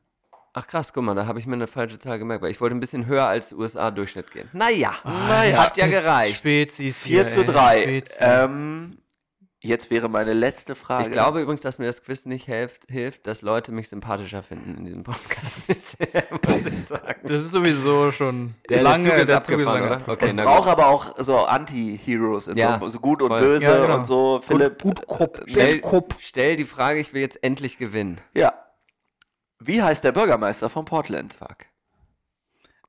[SPEAKER 4] Ach krass, guck mal, da habe ich mir eine falsche Zahl gemerkt, weil ich wollte ein bisschen höher als USA-Durchschnitt gehen. Naja, naja. hat Ah, ja
[SPEAKER 5] Spez-
[SPEAKER 4] gereicht.
[SPEAKER 5] Spezies
[SPEAKER 3] 4
[SPEAKER 5] hier,
[SPEAKER 3] zu
[SPEAKER 5] ey.
[SPEAKER 3] 3.
[SPEAKER 5] Spezies.
[SPEAKER 3] Ähm, jetzt wäre meine letzte Frage.
[SPEAKER 4] Ich glaube übrigens, dass mir das Quiz nicht hilft, hilft, dass Leute mich sympathischer finden in diesem Podcast bisher, muss ich sagen.
[SPEAKER 5] Das ist sowieso schon
[SPEAKER 4] Der- der
[SPEAKER 5] lange
[SPEAKER 4] Zug ist
[SPEAKER 5] der
[SPEAKER 4] abgefahren,
[SPEAKER 5] lange
[SPEAKER 4] oder?
[SPEAKER 5] abgefahren.
[SPEAKER 4] Okay,
[SPEAKER 3] es
[SPEAKER 4] na
[SPEAKER 3] braucht
[SPEAKER 4] gut.
[SPEAKER 3] aber auch so Anti-Heroes, in
[SPEAKER 4] Ja,
[SPEAKER 3] so, so gut und
[SPEAKER 4] voll.
[SPEAKER 3] böse
[SPEAKER 5] Ja, genau.
[SPEAKER 3] und so. Philipp, äh, gut,
[SPEAKER 4] Stell, stell die Frage, ich will jetzt endlich gewinnen.
[SPEAKER 3] ja. Wie heißt der Bürgermeister von Portland?
[SPEAKER 4] Fuck.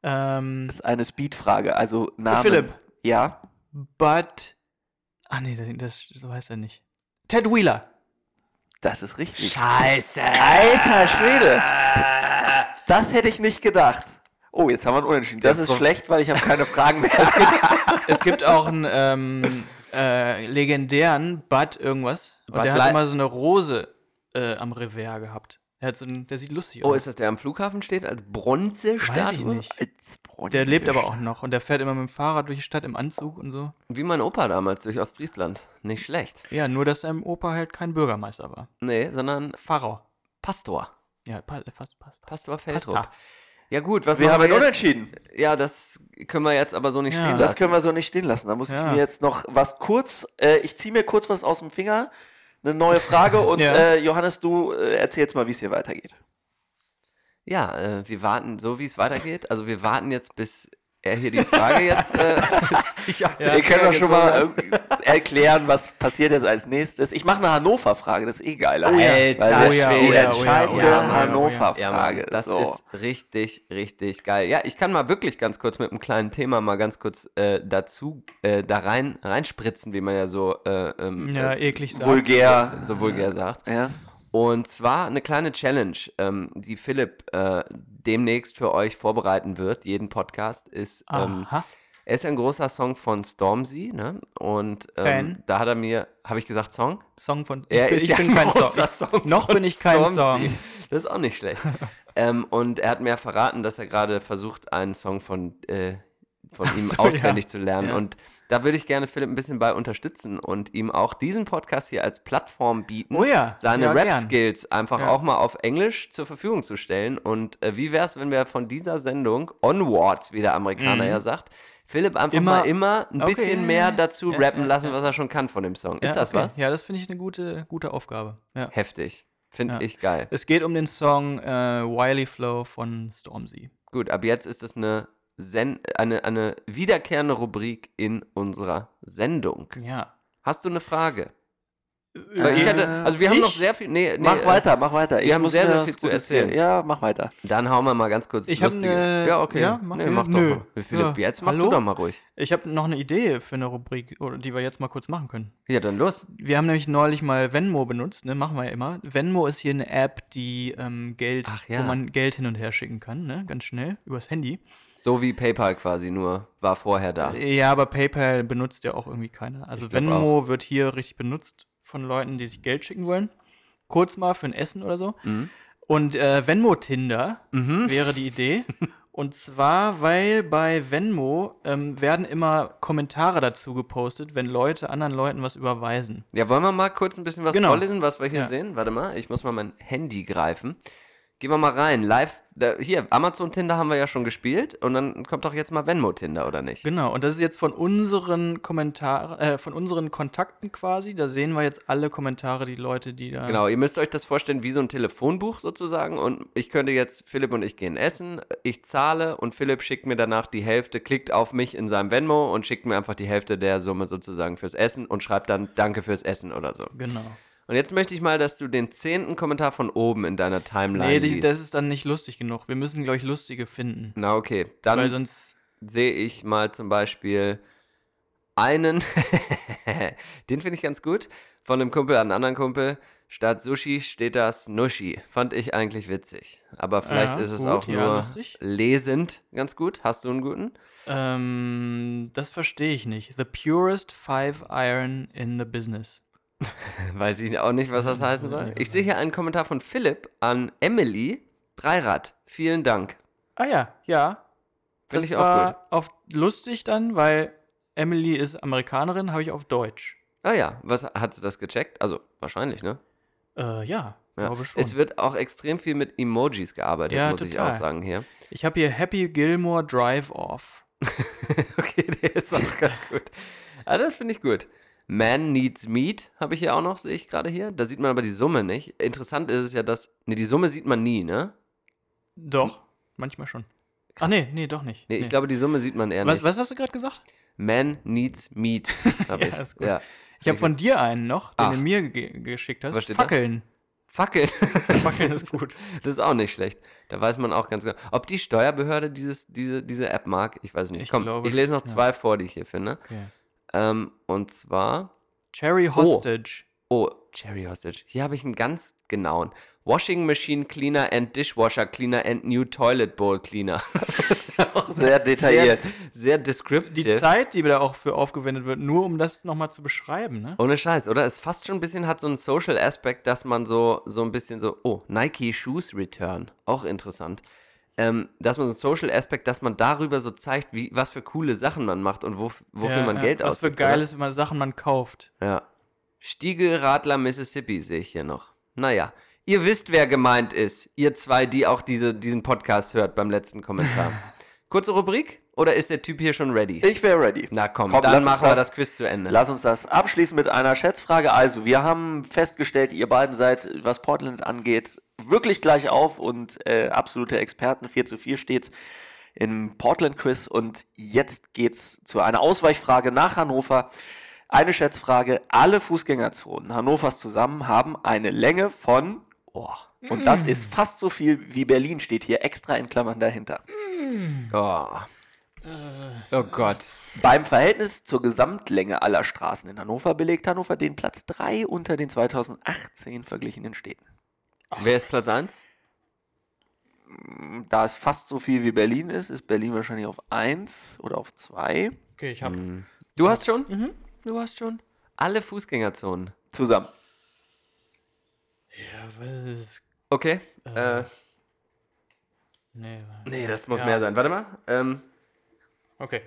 [SPEAKER 5] Ähm,
[SPEAKER 3] Das ist eine Speed-Frage, also Name.
[SPEAKER 5] Philipp.
[SPEAKER 3] Ja.
[SPEAKER 5] but. Ah, nee, das, das, so heißt er nicht. Ted Wheeler.
[SPEAKER 3] Das ist richtig.
[SPEAKER 4] Scheiße.
[SPEAKER 3] Alter Schwede! Das hätte ich nicht gedacht. Oh, jetzt haben wir einen Unentschieden. Das ist
[SPEAKER 4] Prof-
[SPEAKER 3] schlecht, weil ich habe keine Fragen mehr.
[SPEAKER 5] Es gibt auch einen ähm, äh, legendären Bud irgendwas. Und
[SPEAKER 4] Bud
[SPEAKER 5] der hat
[SPEAKER 4] Light-
[SPEAKER 5] immer so eine Rose äh, am Revers gehabt. Der, hat so einen, der sieht lustig
[SPEAKER 4] Oh,
[SPEAKER 5] aus.
[SPEAKER 4] ist das der am Flughafen steht als Bronzestatue?
[SPEAKER 5] Weiß ich nicht. Der lebt aber auch noch und der fährt immer mit dem Fahrrad durch die Stadt im Anzug und so.
[SPEAKER 4] Wie mein Opa damals durch Ostfriesland. Nicht schlecht.
[SPEAKER 5] Ja, nur dass seinem Opa halt kein Bürgermeister war.
[SPEAKER 4] Nee, sondern
[SPEAKER 5] Pfarrer.
[SPEAKER 4] Pastor.
[SPEAKER 5] Ja, pa- äh, passt, passt. passt.
[SPEAKER 4] Pastor Feldrup.
[SPEAKER 5] Pastor.
[SPEAKER 4] Ja gut, was
[SPEAKER 3] Wir
[SPEAKER 4] machen
[SPEAKER 3] haben einen
[SPEAKER 4] wir jetzt?
[SPEAKER 3] Unentschieden.
[SPEAKER 4] Ja, das können wir jetzt aber so nicht
[SPEAKER 5] Ja.
[SPEAKER 4] stehen lassen.
[SPEAKER 3] Das können wir so nicht stehen lassen. Da muss
[SPEAKER 5] Ja.
[SPEAKER 3] ich mir jetzt noch was kurz, äh, ich ziehe mir kurz was aus dem Finger, eine neue Frage und
[SPEAKER 5] Ja.
[SPEAKER 3] äh, Johannes, du äh, erzähl jetzt mal, wie es hier weitergeht.
[SPEAKER 4] Ja, äh, wir warten, so wie es weitergeht. Also wir warten jetzt, bis er hier die Frage jetzt. Äh, ich aus
[SPEAKER 3] Ihr könnt doch schon mal äh, erklären, was passiert jetzt als nächstes. Ich mache eine Hannover-Frage, das ist eh geiler.
[SPEAKER 4] Oh ja. Alter,
[SPEAKER 3] weil
[SPEAKER 4] oh ja,
[SPEAKER 3] die
[SPEAKER 4] oh ja,
[SPEAKER 5] oh ja, oh ja,
[SPEAKER 3] entscheidende
[SPEAKER 4] oh ja, oh ja. Ja,
[SPEAKER 3] Hannover-Frage.
[SPEAKER 4] Mann, das
[SPEAKER 3] so.
[SPEAKER 4] ist richtig, richtig geil. Ja, ich kann mal wirklich ganz kurz mit einem kleinen Thema mal ganz kurz äh, dazu, äh, da rein, reinspritzen, wie man ja so, äh, ähm,
[SPEAKER 5] Ja,
[SPEAKER 4] äh,
[SPEAKER 5] eklig sagt.
[SPEAKER 3] vulgär.
[SPEAKER 4] so vulgär sagt.
[SPEAKER 3] Ja.
[SPEAKER 4] Und zwar eine kleine Challenge, ähm, die Philipp äh, demnächst für euch vorbereiten wird, jeden Podcast, ist, ähm,
[SPEAKER 5] Aha.
[SPEAKER 4] er ist ein großer Song von Stormzy, ne? Und ähm,
[SPEAKER 5] Fan.
[SPEAKER 4] da hat er mir, habe ich gesagt Song?
[SPEAKER 5] Song von.
[SPEAKER 4] Er
[SPEAKER 5] bin-
[SPEAKER 4] ist ja ein großer Song
[SPEAKER 5] Noch
[SPEAKER 4] von
[SPEAKER 5] bin ich kein
[SPEAKER 4] Stormzy.
[SPEAKER 5] Song.
[SPEAKER 4] Das ist auch nicht schlecht. ähm, und er hat mir verraten, dass er gerade versucht, einen Song von, äh, von ihm
[SPEAKER 5] so,
[SPEAKER 4] auswendig
[SPEAKER 5] ja.
[SPEAKER 4] zu lernen.
[SPEAKER 5] Ja.
[SPEAKER 4] Und da würde ich gerne Philipp ein bisschen bei unterstützen und ihm auch diesen Podcast hier als Plattform bieten,
[SPEAKER 5] Oh ja,
[SPEAKER 4] seine
[SPEAKER 5] ja, gern.
[SPEAKER 4] Rap-Skills einfach
[SPEAKER 5] Ja.
[SPEAKER 4] auch mal auf Englisch zur Verfügung zu stellen. Und äh, wie wäre es, wenn wir von dieser Sendung onwards, wie der Amerikaner ja sagt, Philipp einfach
[SPEAKER 5] Mhm. Immer-
[SPEAKER 4] mal immer ein
[SPEAKER 5] Okay, ja,
[SPEAKER 4] bisschen
[SPEAKER 5] ja,
[SPEAKER 4] mehr
[SPEAKER 5] ja.
[SPEAKER 4] dazu
[SPEAKER 5] Ja,
[SPEAKER 4] rappen
[SPEAKER 5] ja,
[SPEAKER 4] lassen,
[SPEAKER 5] ja.
[SPEAKER 4] was er schon kann von dem Song. Ist
[SPEAKER 5] Ja,
[SPEAKER 4] das
[SPEAKER 5] okay.
[SPEAKER 4] was?
[SPEAKER 5] Ja, das finde ich eine gute, gute Aufgabe. Ja.
[SPEAKER 4] Heftig. Finde
[SPEAKER 5] Ja.
[SPEAKER 4] ich geil.
[SPEAKER 5] Es geht um den Song äh, Wiley Flow von Stormzy.
[SPEAKER 4] Gut, ab jetzt ist das eine, Sen eine, eine wiederkehrende Rubrik in unserer Sendung.
[SPEAKER 5] Ja.
[SPEAKER 4] Hast du eine Frage? Weil ich
[SPEAKER 3] Äh,
[SPEAKER 4] hatte, also wir haben
[SPEAKER 5] ich?
[SPEAKER 4] noch sehr viel. Nee, nee,
[SPEAKER 3] mach
[SPEAKER 4] äh,
[SPEAKER 3] weiter, mach weiter.
[SPEAKER 4] wir haben
[SPEAKER 3] muss
[SPEAKER 4] sehr,
[SPEAKER 3] mir
[SPEAKER 4] sehr
[SPEAKER 3] was
[SPEAKER 4] viel zu
[SPEAKER 3] Gutes hier-
[SPEAKER 4] erzählen.
[SPEAKER 3] Ja, mach weiter.
[SPEAKER 4] Dann hauen wir mal ganz kurz
[SPEAKER 5] Ich hab
[SPEAKER 4] lustige.
[SPEAKER 5] eine-
[SPEAKER 4] ja, okay.
[SPEAKER 5] ja,
[SPEAKER 4] mach,
[SPEAKER 5] mach-
[SPEAKER 4] nee, mach doch
[SPEAKER 5] nö.
[SPEAKER 4] mal. Philipp,
[SPEAKER 5] Ja.
[SPEAKER 4] jetzt mach du
[SPEAKER 5] Hallo?
[SPEAKER 4] doch mal ruhig.
[SPEAKER 5] Ich habe noch eine Idee für eine Rubrik, oder die wir jetzt mal kurz machen können.
[SPEAKER 4] Ja, dann los.
[SPEAKER 5] Wir haben nämlich neulich mal Venmo benutzt, ne? Machen wir ja immer. Venmo ist hier eine App, die ähm, Geld,
[SPEAKER 4] Ach ja.
[SPEAKER 5] wo man Geld hin und her schicken kann, ne? Ganz schnell, übers Handy.
[SPEAKER 4] So wie PayPal quasi nur war vorher da.
[SPEAKER 5] Ja, aber PayPal benutzt ja auch irgendwie keiner. Also
[SPEAKER 4] Ich glaub
[SPEAKER 5] Venmo wird hier richtig benutzt von Leuten, die sich Geld schicken wollen. Kurz mal für ein Essen oder so.
[SPEAKER 4] Mhm.
[SPEAKER 5] Und äh, Venmo Tinder wäre die Idee. Und zwar, weil bei Venmo ähm, werden immer Kommentare dazu gepostet, wenn Leute anderen Leuten was überweisen.
[SPEAKER 4] Ja, wollen wir mal kurz ein bisschen was
[SPEAKER 5] Genau.
[SPEAKER 4] vorlesen, was wir hier
[SPEAKER 5] Ja.
[SPEAKER 4] sehen? Warte mal, ich muss mal mein Handy greifen. Gehen wir mal rein. Live, da, hier, Amazon Tinder haben wir ja schon gespielt und dann kommt doch jetzt mal Venmo Tinder, oder nicht?
[SPEAKER 5] Genau, und das ist jetzt von unseren Kommentaren, äh, von unseren Kontakten quasi. Da sehen wir jetzt alle Kommentare, die Leute, die da.
[SPEAKER 4] Genau, ihr müsst euch das vorstellen wie so ein Telefonbuch sozusagen und ich könnte jetzt, Philipp und ich gehen essen, ich zahle und Philipp schickt mir danach die Hälfte, klickt auf mich in seinem Venmo und schickt mir einfach die Hälfte der Summe sozusagen fürs Essen und schreibt dann Danke fürs Essen oder so.
[SPEAKER 5] Genau.
[SPEAKER 4] Und jetzt möchte ich mal, dass du den zehnten Kommentar von oben in deiner Timeline
[SPEAKER 5] Nee, die,
[SPEAKER 4] liest.
[SPEAKER 5] das ist dann nicht lustig genug. Wir müssen, glaube ich, lustige finden.
[SPEAKER 4] Na okay,
[SPEAKER 5] Weil
[SPEAKER 4] dann
[SPEAKER 5] sonst.
[SPEAKER 4] sehe ich mal zum Beispiel einen, den finde ich ganz gut, von einem Kumpel an einen anderen Kumpel. Statt Sushi steht da Snushi. Fand ich eigentlich witzig. Aber vielleicht
[SPEAKER 5] Ja,
[SPEAKER 4] ist es
[SPEAKER 5] gut,
[SPEAKER 4] auch
[SPEAKER 5] ja,
[SPEAKER 4] nur
[SPEAKER 5] lustig.
[SPEAKER 4] lesend ganz gut. Hast du einen guten?
[SPEAKER 5] Ähm, das verstehe ich nicht. The purest five iron in the business.
[SPEAKER 4] Weiß ich auch nicht, was das
[SPEAKER 5] Äh,
[SPEAKER 4] heißen soll. Ich sehe hier einen Kommentar von Philipp an Emily Dreirad. Vielen Dank.
[SPEAKER 5] Ah ja, ja.
[SPEAKER 4] Finde
[SPEAKER 5] das
[SPEAKER 4] ich auch
[SPEAKER 5] war
[SPEAKER 4] gut.
[SPEAKER 5] auf lustig dann, weil Emily ist Amerikanerin, habe ich auf Deutsch.
[SPEAKER 4] Ah ja, was hat sie das gecheckt? Also wahrscheinlich, ne?
[SPEAKER 5] Äh, ja,
[SPEAKER 4] Ja.
[SPEAKER 5] glaube schon.
[SPEAKER 4] Es wird auch extrem viel mit Emojis gearbeitet,
[SPEAKER 5] Ja,
[SPEAKER 4] muss ich auch
[SPEAKER 5] total.
[SPEAKER 4] sagen hier.
[SPEAKER 5] ich habe hier Happy Gilmore Drive Off.
[SPEAKER 4] okay, der ist auch ganz gut. Ah, das finde ich gut. Man Needs Meat habe ich hier auch noch, sehe ich gerade hier. Da sieht man aber die Summe nicht. Interessant ist es ja, dass. Ne, die Summe sieht man nie, ne?
[SPEAKER 5] Doch, manchmal schon. Ach nee, nee, doch nicht.
[SPEAKER 4] Hm? Nee, ich
[SPEAKER 5] Nee.
[SPEAKER 4] glaube, die Summe sieht man eher
[SPEAKER 5] was,
[SPEAKER 4] nicht.
[SPEAKER 5] was hast du gerade gesagt?
[SPEAKER 4] Man Needs Meat habe
[SPEAKER 5] Ja,
[SPEAKER 4] ich.
[SPEAKER 5] ist gut.
[SPEAKER 4] Ja.
[SPEAKER 5] Ich habe von dir einen noch, den
[SPEAKER 4] Ach.
[SPEAKER 5] du mir ge geschickt hast.
[SPEAKER 4] Was steht da?
[SPEAKER 5] Fackeln.
[SPEAKER 4] Fackeln.
[SPEAKER 5] Fackeln ist gut.
[SPEAKER 4] Das ist auch nicht schlecht. Da weiß man auch ganz genau. Ob die Steuerbehörde dieses, diese, diese App mag, ich weiß nicht.
[SPEAKER 5] Ich
[SPEAKER 4] Komm,
[SPEAKER 5] glaube,
[SPEAKER 4] ich lese noch
[SPEAKER 5] ja.
[SPEAKER 4] zwei vor, die ich hier finde.
[SPEAKER 5] Okay.
[SPEAKER 4] Ähm, und zwar.
[SPEAKER 5] Cherry Hostage.
[SPEAKER 4] Oh, Cherry Hostage. Hier habe ich einen ganz genauen. Washing Machine Cleaner and Dishwasher Cleaner and New Toilet Bowl Cleaner. Das ist auch
[SPEAKER 3] Sehr detailliert.
[SPEAKER 4] Sehr, sehr descriptive.
[SPEAKER 5] Die Zeit, die da auch für aufgewendet wird, nur um das nochmal zu beschreiben, ne?
[SPEAKER 4] Ohne Scheiß, oder? Es fast schon ein bisschen hat so einen Social Aspect, dass man so, so ein bisschen so, oh, Nike Shoes Return, auch interessant. Ähm, dass man so einen Social Aspect, dass man darüber so zeigt, wie, was für coole Sachen man macht und wo, wofür
[SPEAKER 5] Ja,
[SPEAKER 4] man
[SPEAKER 5] ja.
[SPEAKER 4] Geld
[SPEAKER 5] Was für
[SPEAKER 4] ausgibt. oder?
[SPEAKER 5] geiles man Sachen man kauft.
[SPEAKER 4] Ja. Stiegelradler Mississippi sehe ich hier noch. Naja, ihr wisst, wer gemeint ist. Ihr zwei, die auch diese, diesen Podcast hört beim letzten Kommentar. Kurze Rubrik? Oder ist der Typ hier schon ready?
[SPEAKER 3] Ich wäre ready.
[SPEAKER 4] Na komm, dann
[SPEAKER 3] lass uns
[SPEAKER 4] machen wir das Quiz zu Ende.
[SPEAKER 3] Lass uns das abschließen mit einer Schätzfrage. Also, wir haben festgestellt, ihr beiden seid, was Portland angeht, wirklich gleich auf und äh, absolute Experten. 4 zu 4 steht's im Portland-Quiz. Und jetzt geht's zu einer Ausweichfrage nach Hannover. Eine Schätzfrage. Alle Fußgängerzonen Hannovers zusammen haben eine Länge von. Oh, und das ist fast so viel wie Berlin, steht hier extra in Klammern dahinter.
[SPEAKER 4] Oh. oh Gott.
[SPEAKER 3] Beim Verhältnis zur Gesamtlänge aller Straßen in Hannover belegt Hannover den Platz 3 unter den 2018 verglichenen Städten.
[SPEAKER 4] Wer ist Platz 1?
[SPEAKER 3] Und Da es fast so viel wie Berlin ist, ist Berlin wahrscheinlich auf 1 oder auf 2
[SPEAKER 5] Okay, ich habe
[SPEAKER 4] Hm. Du hast schon? Du hast schon? Alle Fußgängerzonen.
[SPEAKER 3] zusammen.
[SPEAKER 5] Ja, was ist.
[SPEAKER 4] Okay.
[SPEAKER 5] Äh.
[SPEAKER 4] Äh,
[SPEAKER 5] Nee, wa-
[SPEAKER 4] nee, das muss
[SPEAKER 5] Ja.
[SPEAKER 4] mehr sein. Warte mal. Ähm,
[SPEAKER 5] okay.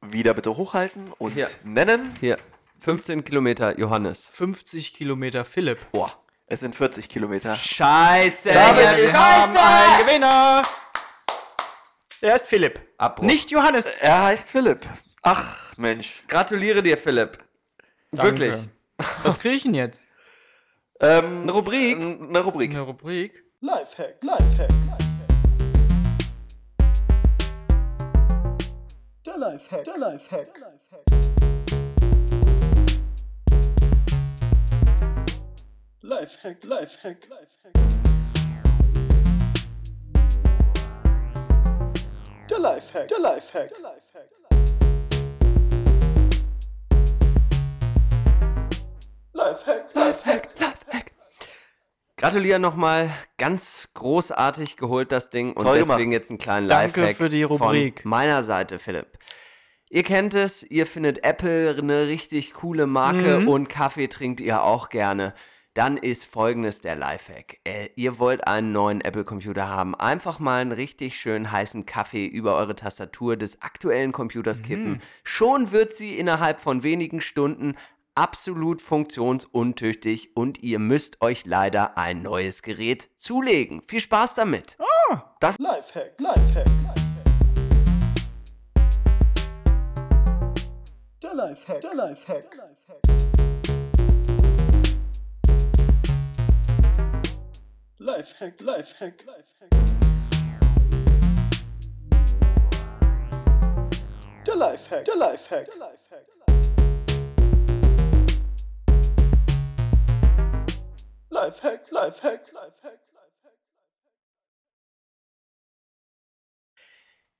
[SPEAKER 3] Wieder bitte hochhalten und
[SPEAKER 4] Ja.
[SPEAKER 3] nennen.
[SPEAKER 4] hier. 15 Kilometer, Johannes.
[SPEAKER 5] 50 Kilometer Philipp.
[SPEAKER 4] Oh.
[SPEAKER 3] Boah, es sind 40 Kilometer.
[SPEAKER 4] Scheiße!
[SPEAKER 5] Damit
[SPEAKER 4] Johannes.
[SPEAKER 5] wir haben einen Gewinner! Der ist Philipp.
[SPEAKER 4] Abbruch. Äh,
[SPEAKER 5] Nicht Johannes.
[SPEAKER 3] Er heißt Philipp. Ach, Mensch.
[SPEAKER 4] Gratuliere dir, Philipp. Wirklich.
[SPEAKER 5] Was kriege ich denn jetzt?
[SPEAKER 3] Ähm,
[SPEAKER 4] Eine Rubrik.
[SPEAKER 3] Eine Rubrik.
[SPEAKER 5] Eine Rubrik.
[SPEAKER 6] Lifehack, Lifehack, Lifehack. Der Lifehack, der Lifehack, der Lifehack. Lifehack, Lifehack, Lifehack. Der Lifehack, der Lifehack, der Lifehack. Lifehack, Lifehack, Lifehack.
[SPEAKER 4] Gratuliere nochmal. Ganz großartig geholt das Ding. Und
[SPEAKER 3] Toll
[SPEAKER 4] deswegen
[SPEAKER 3] gemacht.
[SPEAKER 4] jetzt einen kleinen
[SPEAKER 5] Danke
[SPEAKER 4] Lifehack
[SPEAKER 5] für die Rubrik.
[SPEAKER 4] Von meiner Seite, Philipp. Ihr kennt es, ihr findet Apple eine richtig coole Marke
[SPEAKER 5] Mhm.
[SPEAKER 4] und Kaffee trinkt ihr auch gerne. Dann ist folgendes der Lifehack. Äh, ihr wollt einen neuen Apple-Computer haben. Einfach mal einen richtig schönen heißen Kaffee über eure
[SPEAKER 5] Mhm.
[SPEAKER 4] Tastatur des aktuellen Computers kippen. Schon wird sie innerhalb von wenigen Stunden absolut funktionsuntüchtig und ihr müsst euch leider ein neues Gerät zulegen. Viel Spaß damit.
[SPEAKER 6] Lifehack, Lifehack. Der Lifehack, der Lifehack. Der Lifehack. Lifehack, Lifehack, Lifehack. Der Lifehack, der Lifehack, der Lifehack. Lifehack, Lifehack, Lifehack.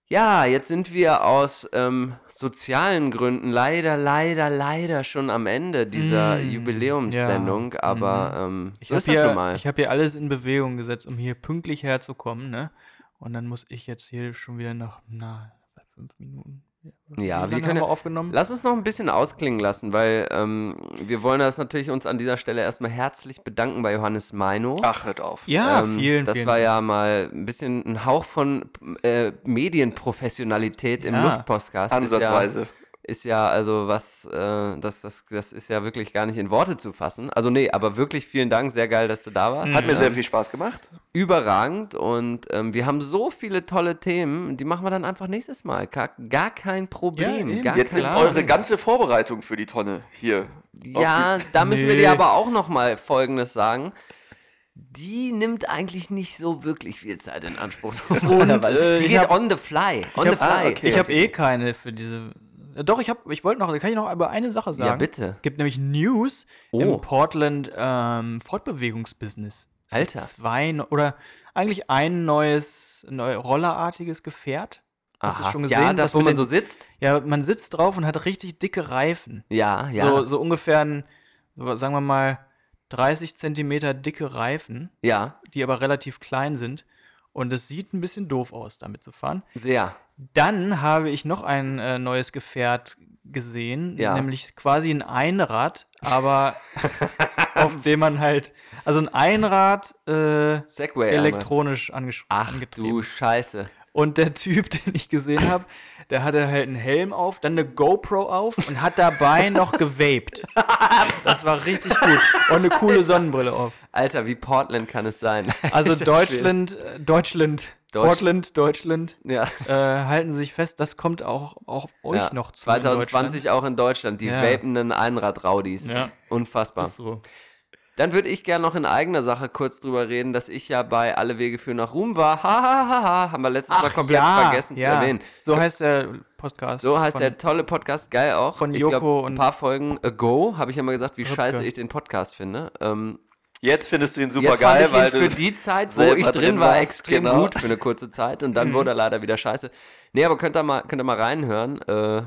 [SPEAKER 4] Ja, jetzt sind wir aus ähm, sozialen Gründen leider, leider, leider schon am Ende dieser
[SPEAKER 5] Mm,
[SPEAKER 4] Jubiläumssendung,
[SPEAKER 5] ja, Mhm.
[SPEAKER 4] aber ähm,
[SPEAKER 5] Ich
[SPEAKER 4] so
[SPEAKER 5] habe
[SPEAKER 4] ist das nun
[SPEAKER 5] hier,
[SPEAKER 4] mal.
[SPEAKER 5] ich hab hier alles in Bewegung gesetzt, um hier pünktlich herzukommen, ne? Und dann muss ich jetzt hier schon wieder nach, na, bei fünf Minuten. Wie
[SPEAKER 4] Ja,
[SPEAKER 5] lange
[SPEAKER 4] wir können
[SPEAKER 5] haben
[SPEAKER 4] ja-
[SPEAKER 5] wir aufgenommen.
[SPEAKER 4] Lass uns noch ein bisschen ausklingen lassen, weil ähm, wir wollen das natürlich uns an dieser Stelle erstmal herzlich bedanken bei Johannes Meino.
[SPEAKER 3] Ach, hört auf.
[SPEAKER 5] ja,
[SPEAKER 4] Ähm,
[SPEAKER 5] vielen,
[SPEAKER 4] das
[SPEAKER 5] vielen
[SPEAKER 4] war ja mal ein bisschen ein Hauch von äh, Medienprofessionalität im
[SPEAKER 5] Ja.
[SPEAKER 4] Luftpostcast.
[SPEAKER 3] Ansatzweise.
[SPEAKER 4] Ist ja, ist ja also was, äh, das, das, das ist ja wirklich gar nicht in Worte zu fassen. Also nee, aber wirklich vielen Dank, sehr geil, dass du da warst.
[SPEAKER 3] Hat mir
[SPEAKER 4] Ähm,
[SPEAKER 3] sehr viel Spaß gemacht.
[SPEAKER 4] Ah, überragend und ähm, wir haben so viele tolle Themen, die machen wir dann einfach nächstes Mal. Gar, gar kein Problem.
[SPEAKER 5] eben.
[SPEAKER 4] gar
[SPEAKER 3] Jetzt
[SPEAKER 4] kein
[SPEAKER 3] ist
[SPEAKER 5] klar.
[SPEAKER 3] eure ganze Vorbereitung für die Tonne hier. auf
[SPEAKER 4] Ja,
[SPEAKER 3] die-
[SPEAKER 4] da müssen wir
[SPEAKER 5] Nee.
[SPEAKER 4] dir aber auch noch mal Folgendes sagen. Die nimmt eigentlich nicht so wirklich viel Zeit in Anspruch. normalerweise.
[SPEAKER 5] äh,
[SPEAKER 4] die
[SPEAKER 5] ich
[SPEAKER 4] geht
[SPEAKER 5] hab-
[SPEAKER 4] on the fly. On the
[SPEAKER 5] hab-
[SPEAKER 4] fly.
[SPEAKER 3] ah, okay.
[SPEAKER 5] Ich habe eh keine für diese. Äh, Doch, ich habe, ich wollte noch, kann ich noch über eine Sache sagen?
[SPEAKER 4] Ja, bitte.
[SPEAKER 5] Gibt nämlich News
[SPEAKER 4] Oh.
[SPEAKER 5] im Portland ähm, Fortbewegungsbusiness. Es gibt
[SPEAKER 4] Alter.
[SPEAKER 5] Zwei ne- oder eigentlich ein neues, neu, rollerartiges Gefährt. Hast du
[SPEAKER 4] Aha.
[SPEAKER 5] es schon gesehen?
[SPEAKER 4] Ja, das,
[SPEAKER 5] was
[SPEAKER 4] wo
[SPEAKER 5] mit
[SPEAKER 4] man
[SPEAKER 5] den-
[SPEAKER 4] so sitzt.
[SPEAKER 5] Ja, man sitzt drauf und hat richtig dicke Reifen.
[SPEAKER 4] Ja, ja.
[SPEAKER 5] So, so ungefähr, ein, so, sagen wir mal, 30 Zentimeter dicke Reifen,
[SPEAKER 4] Ja,
[SPEAKER 5] die aber relativ klein sind. Und es sieht ein bisschen doof aus, damit zu fahren.
[SPEAKER 4] sehr.
[SPEAKER 5] Dann habe ich noch ein äh, neues Gefährt gesehen,
[SPEAKER 4] Ja.
[SPEAKER 5] nämlich quasi ein Einrad, aber auf dem man halt, also ein Einrad äh,
[SPEAKER 4] Segway. Arne.
[SPEAKER 5] elektronisch angesch-
[SPEAKER 4] Ach du
[SPEAKER 5] angetrieben.
[SPEAKER 4] Scheiße.
[SPEAKER 5] Und der Typ, den ich gesehen habe, der hatte halt einen Helm auf, dann eine GoPro auf und hat dabei noch gewaped. Das war richtig gut. Und eine coole Sonnenbrille auf.
[SPEAKER 4] Alter, wie Portland kann es sein?
[SPEAKER 5] Also
[SPEAKER 4] Alter
[SPEAKER 5] Deutschland, äh, Deutschland,
[SPEAKER 4] Deutsch-
[SPEAKER 5] Portland, Deutschland
[SPEAKER 4] Schwede. Ja.
[SPEAKER 5] äh, halten Sie sich fest, das kommt auch, auch auf euch
[SPEAKER 4] ja.
[SPEAKER 5] noch zu. in
[SPEAKER 4] 2020 auch in Deutschland. Die
[SPEAKER 5] Ja.
[SPEAKER 4] vapenden Einradraudis.
[SPEAKER 5] Ja.
[SPEAKER 4] Unfassbar.
[SPEAKER 5] Deutschland. So.
[SPEAKER 4] Dann würde ich gerne noch in eigener Sache kurz drüber reden, dass ich ja bei Alle Wege führen nach Ruhm war. Ha, ha, ha, ha, haben wir letztes Mal komplett vergessen zu erwähnen.
[SPEAKER 5] So heißt der Podcast.
[SPEAKER 4] So heißt
[SPEAKER 5] von-
[SPEAKER 4] der tolle Podcast, geil auch.
[SPEAKER 5] von
[SPEAKER 4] ich glaub,
[SPEAKER 5] Joko und-
[SPEAKER 4] ein paar Folgen ago habe ich ja mal gesagt, wie
[SPEAKER 5] Rübke.
[SPEAKER 4] scheiße ich den Podcast finde. Ähm,
[SPEAKER 3] Jetzt findest du ihn super
[SPEAKER 4] jetzt
[SPEAKER 3] geil,
[SPEAKER 4] fand
[SPEAKER 3] weil
[SPEAKER 4] ich ihn
[SPEAKER 3] du-
[SPEAKER 4] für die Zeit, wo
[SPEAKER 3] selber
[SPEAKER 4] ich drin
[SPEAKER 3] drin
[SPEAKER 4] war,
[SPEAKER 3] warst,
[SPEAKER 4] extrem
[SPEAKER 3] genau. Mhm.
[SPEAKER 4] gut für eine kurze Zeit und dann wurde er leider wieder scheiße. Nee, aber könnt ihr mal, könnt ihr mal reinhören. Äh,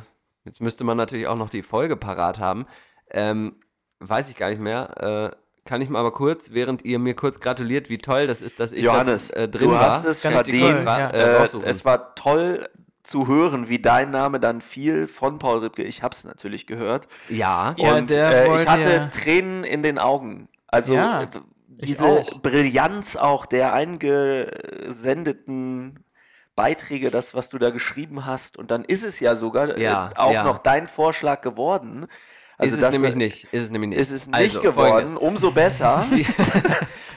[SPEAKER 4] jetzt müsste man natürlich auch noch die Folge parat haben. Ähm, weiß ich gar nicht mehr. Äh, kann ich mal aber kurz, während ihr mir kurz gratuliert, wie toll das ist, dass ich
[SPEAKER 3] Johannes,
[SPEAKER 4] da, äh, drin
[SPEAKER 3] du
[SPEAKER 4] war.
[SPEAKER 3] hast es
[SPEAKER 5] Ganz
[SPEAKER 3] verdient.
[SPEAKER 5] kurz, ja.
[SPEAKER 4] Äh,
[SPEAKER 3] Äh,
[SPEAKER 4] raussuchen.
[SPEAKER 3] es war toll zu hören, wie dein Name dann fiel von Paul Ripke. Ich habe es natürlich gehört.
[SPEAKER 4] ja.
[SPEAKER 5] Ja,
[SPEAKER 3] und
[SPEAKER 5] der
[SPEAKER 3] äh,
[SPEAKER 5] wollte
[SPEAKER 3] ich hatte
[SPEAKER 5] ja-
[SPEAKER 3] Tränen in den Augen. Also
[SPEAKER 5] Ja,
[SPEAKER 3] äh,
[SPEAKER 5] ich
[SPEAKER 3] diese
[SPEAKER 5] auch.
[SPEAKER 3] Brillanz auch der eingesendeten Beiträge, das, was du da geschrieben hast. Und dann ist es ja sogar
[SPEAKER 4] Ja,
[SPEAKER 3] äh, auch
[SPEAKER 4] ja.
[SPEAKER 3] noch dein Vorschlag geworden.
[SPEAKER 4] ist es nämlich
[SPEAKER 3] äh,
[SPEAKER 4] nicht. Ist es nämlich nicht.
[SPEAKER 3] Ist es nicht
[SPEAKER 4] Also,
[SPEAKER 3] geworden.
[SPEAKER 4] folgendes.
[SPEAKER 3] Umso besser.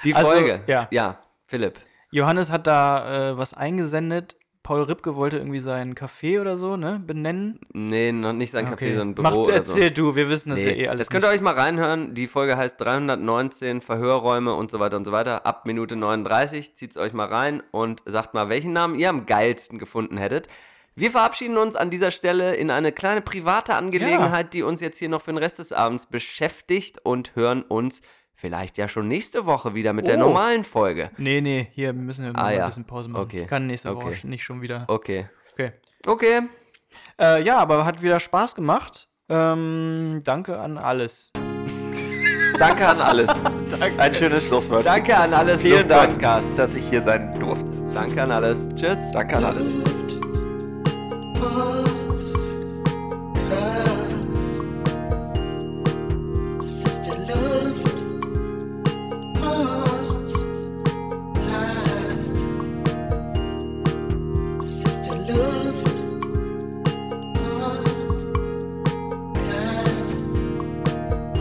[SPEAKER 4] Die
[SPEAKER 5] Also,
[SPEAKER 4] Folge.
[SPEAKER 5] ja.
[SPEAKER 4] ja, Philipp.
[SPEAKER 5] Johannes hat da äh, was eingesendet. Paul Ripke wollte irgendwie seinen Café oder so, ne, benennen.
[SPEAKER 4] Nee, noch nicht sein Café, sondern Büro
[SPEAKER 5] Mach,
[SPEAKER 4] oder so.
[SPEAKER 5] erzähl du, wir wissen das ja
[SPEAKER 4] Nee,
[SPEAKER 5] eh alles.
[SPEAKER 4] das könnt ihr euch mal reinhören. Die Folge heißt 319 Verhörräume und so weiter und so weiter. Ab Minute 39 zieht's euch mal rein und sagt mal, welchen Namen ihr am geilsten gefunden hättet. Wir verabschieden uns an dieser Stelle in eine kleine private Angelegenheit, die uns jetzt hier noch für den Rest des Abends beschäftigt und hören uns vielleicht ja schon nächste Woche wieder mit der
[SPEAKER 5] Oh.
[SPEAKER 4] normalen Folge.
[SPEAKER 5] Nee, nee, hier müssen wir mal
[SPEAKER 4] Ah, ja.
[SPEAKER 5] ein bisschen Pause machen.
[SPEAKER 4] Okay.
[SPEAKER 5] Ich kann nächste Woche
[SPEAKER 4] Okay.
[SPEAKER 5] nicht schon wieder.
[SPEAKER 4] Okay.
[SPEAKER 5] Okay.
[SPEAKER 4] Okay.
[SPEAKER 5] Äh, ja, aber hat wieder Spaß gemacht. Ähm, danke an alles.
[SPEAKER 3] Danke an alles. Ein schönes Schlusswort.
[SPEAKER 4] Danke an alles.
[SPEAKER 3] Vielen Dank,
[SPEAKER 4] Luftpostcast.
[SPEAKER 3] dass ich hier sein durfte.
[SPEAKER 4] Danke an alles. Tschüss.
[SPEAKER 3] Danke an alles.
[SPEAKER 2] Last,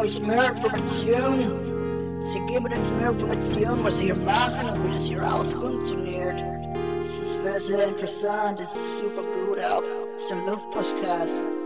[SPEAKER 2] uns mehr Informationen. Sie geben uns mehr Informationen, was ihr machen und wie das hier alles funktioniert. Es ist sehr, sehr interessant, es ist super gut auch. Es ist ein Luftpostcast.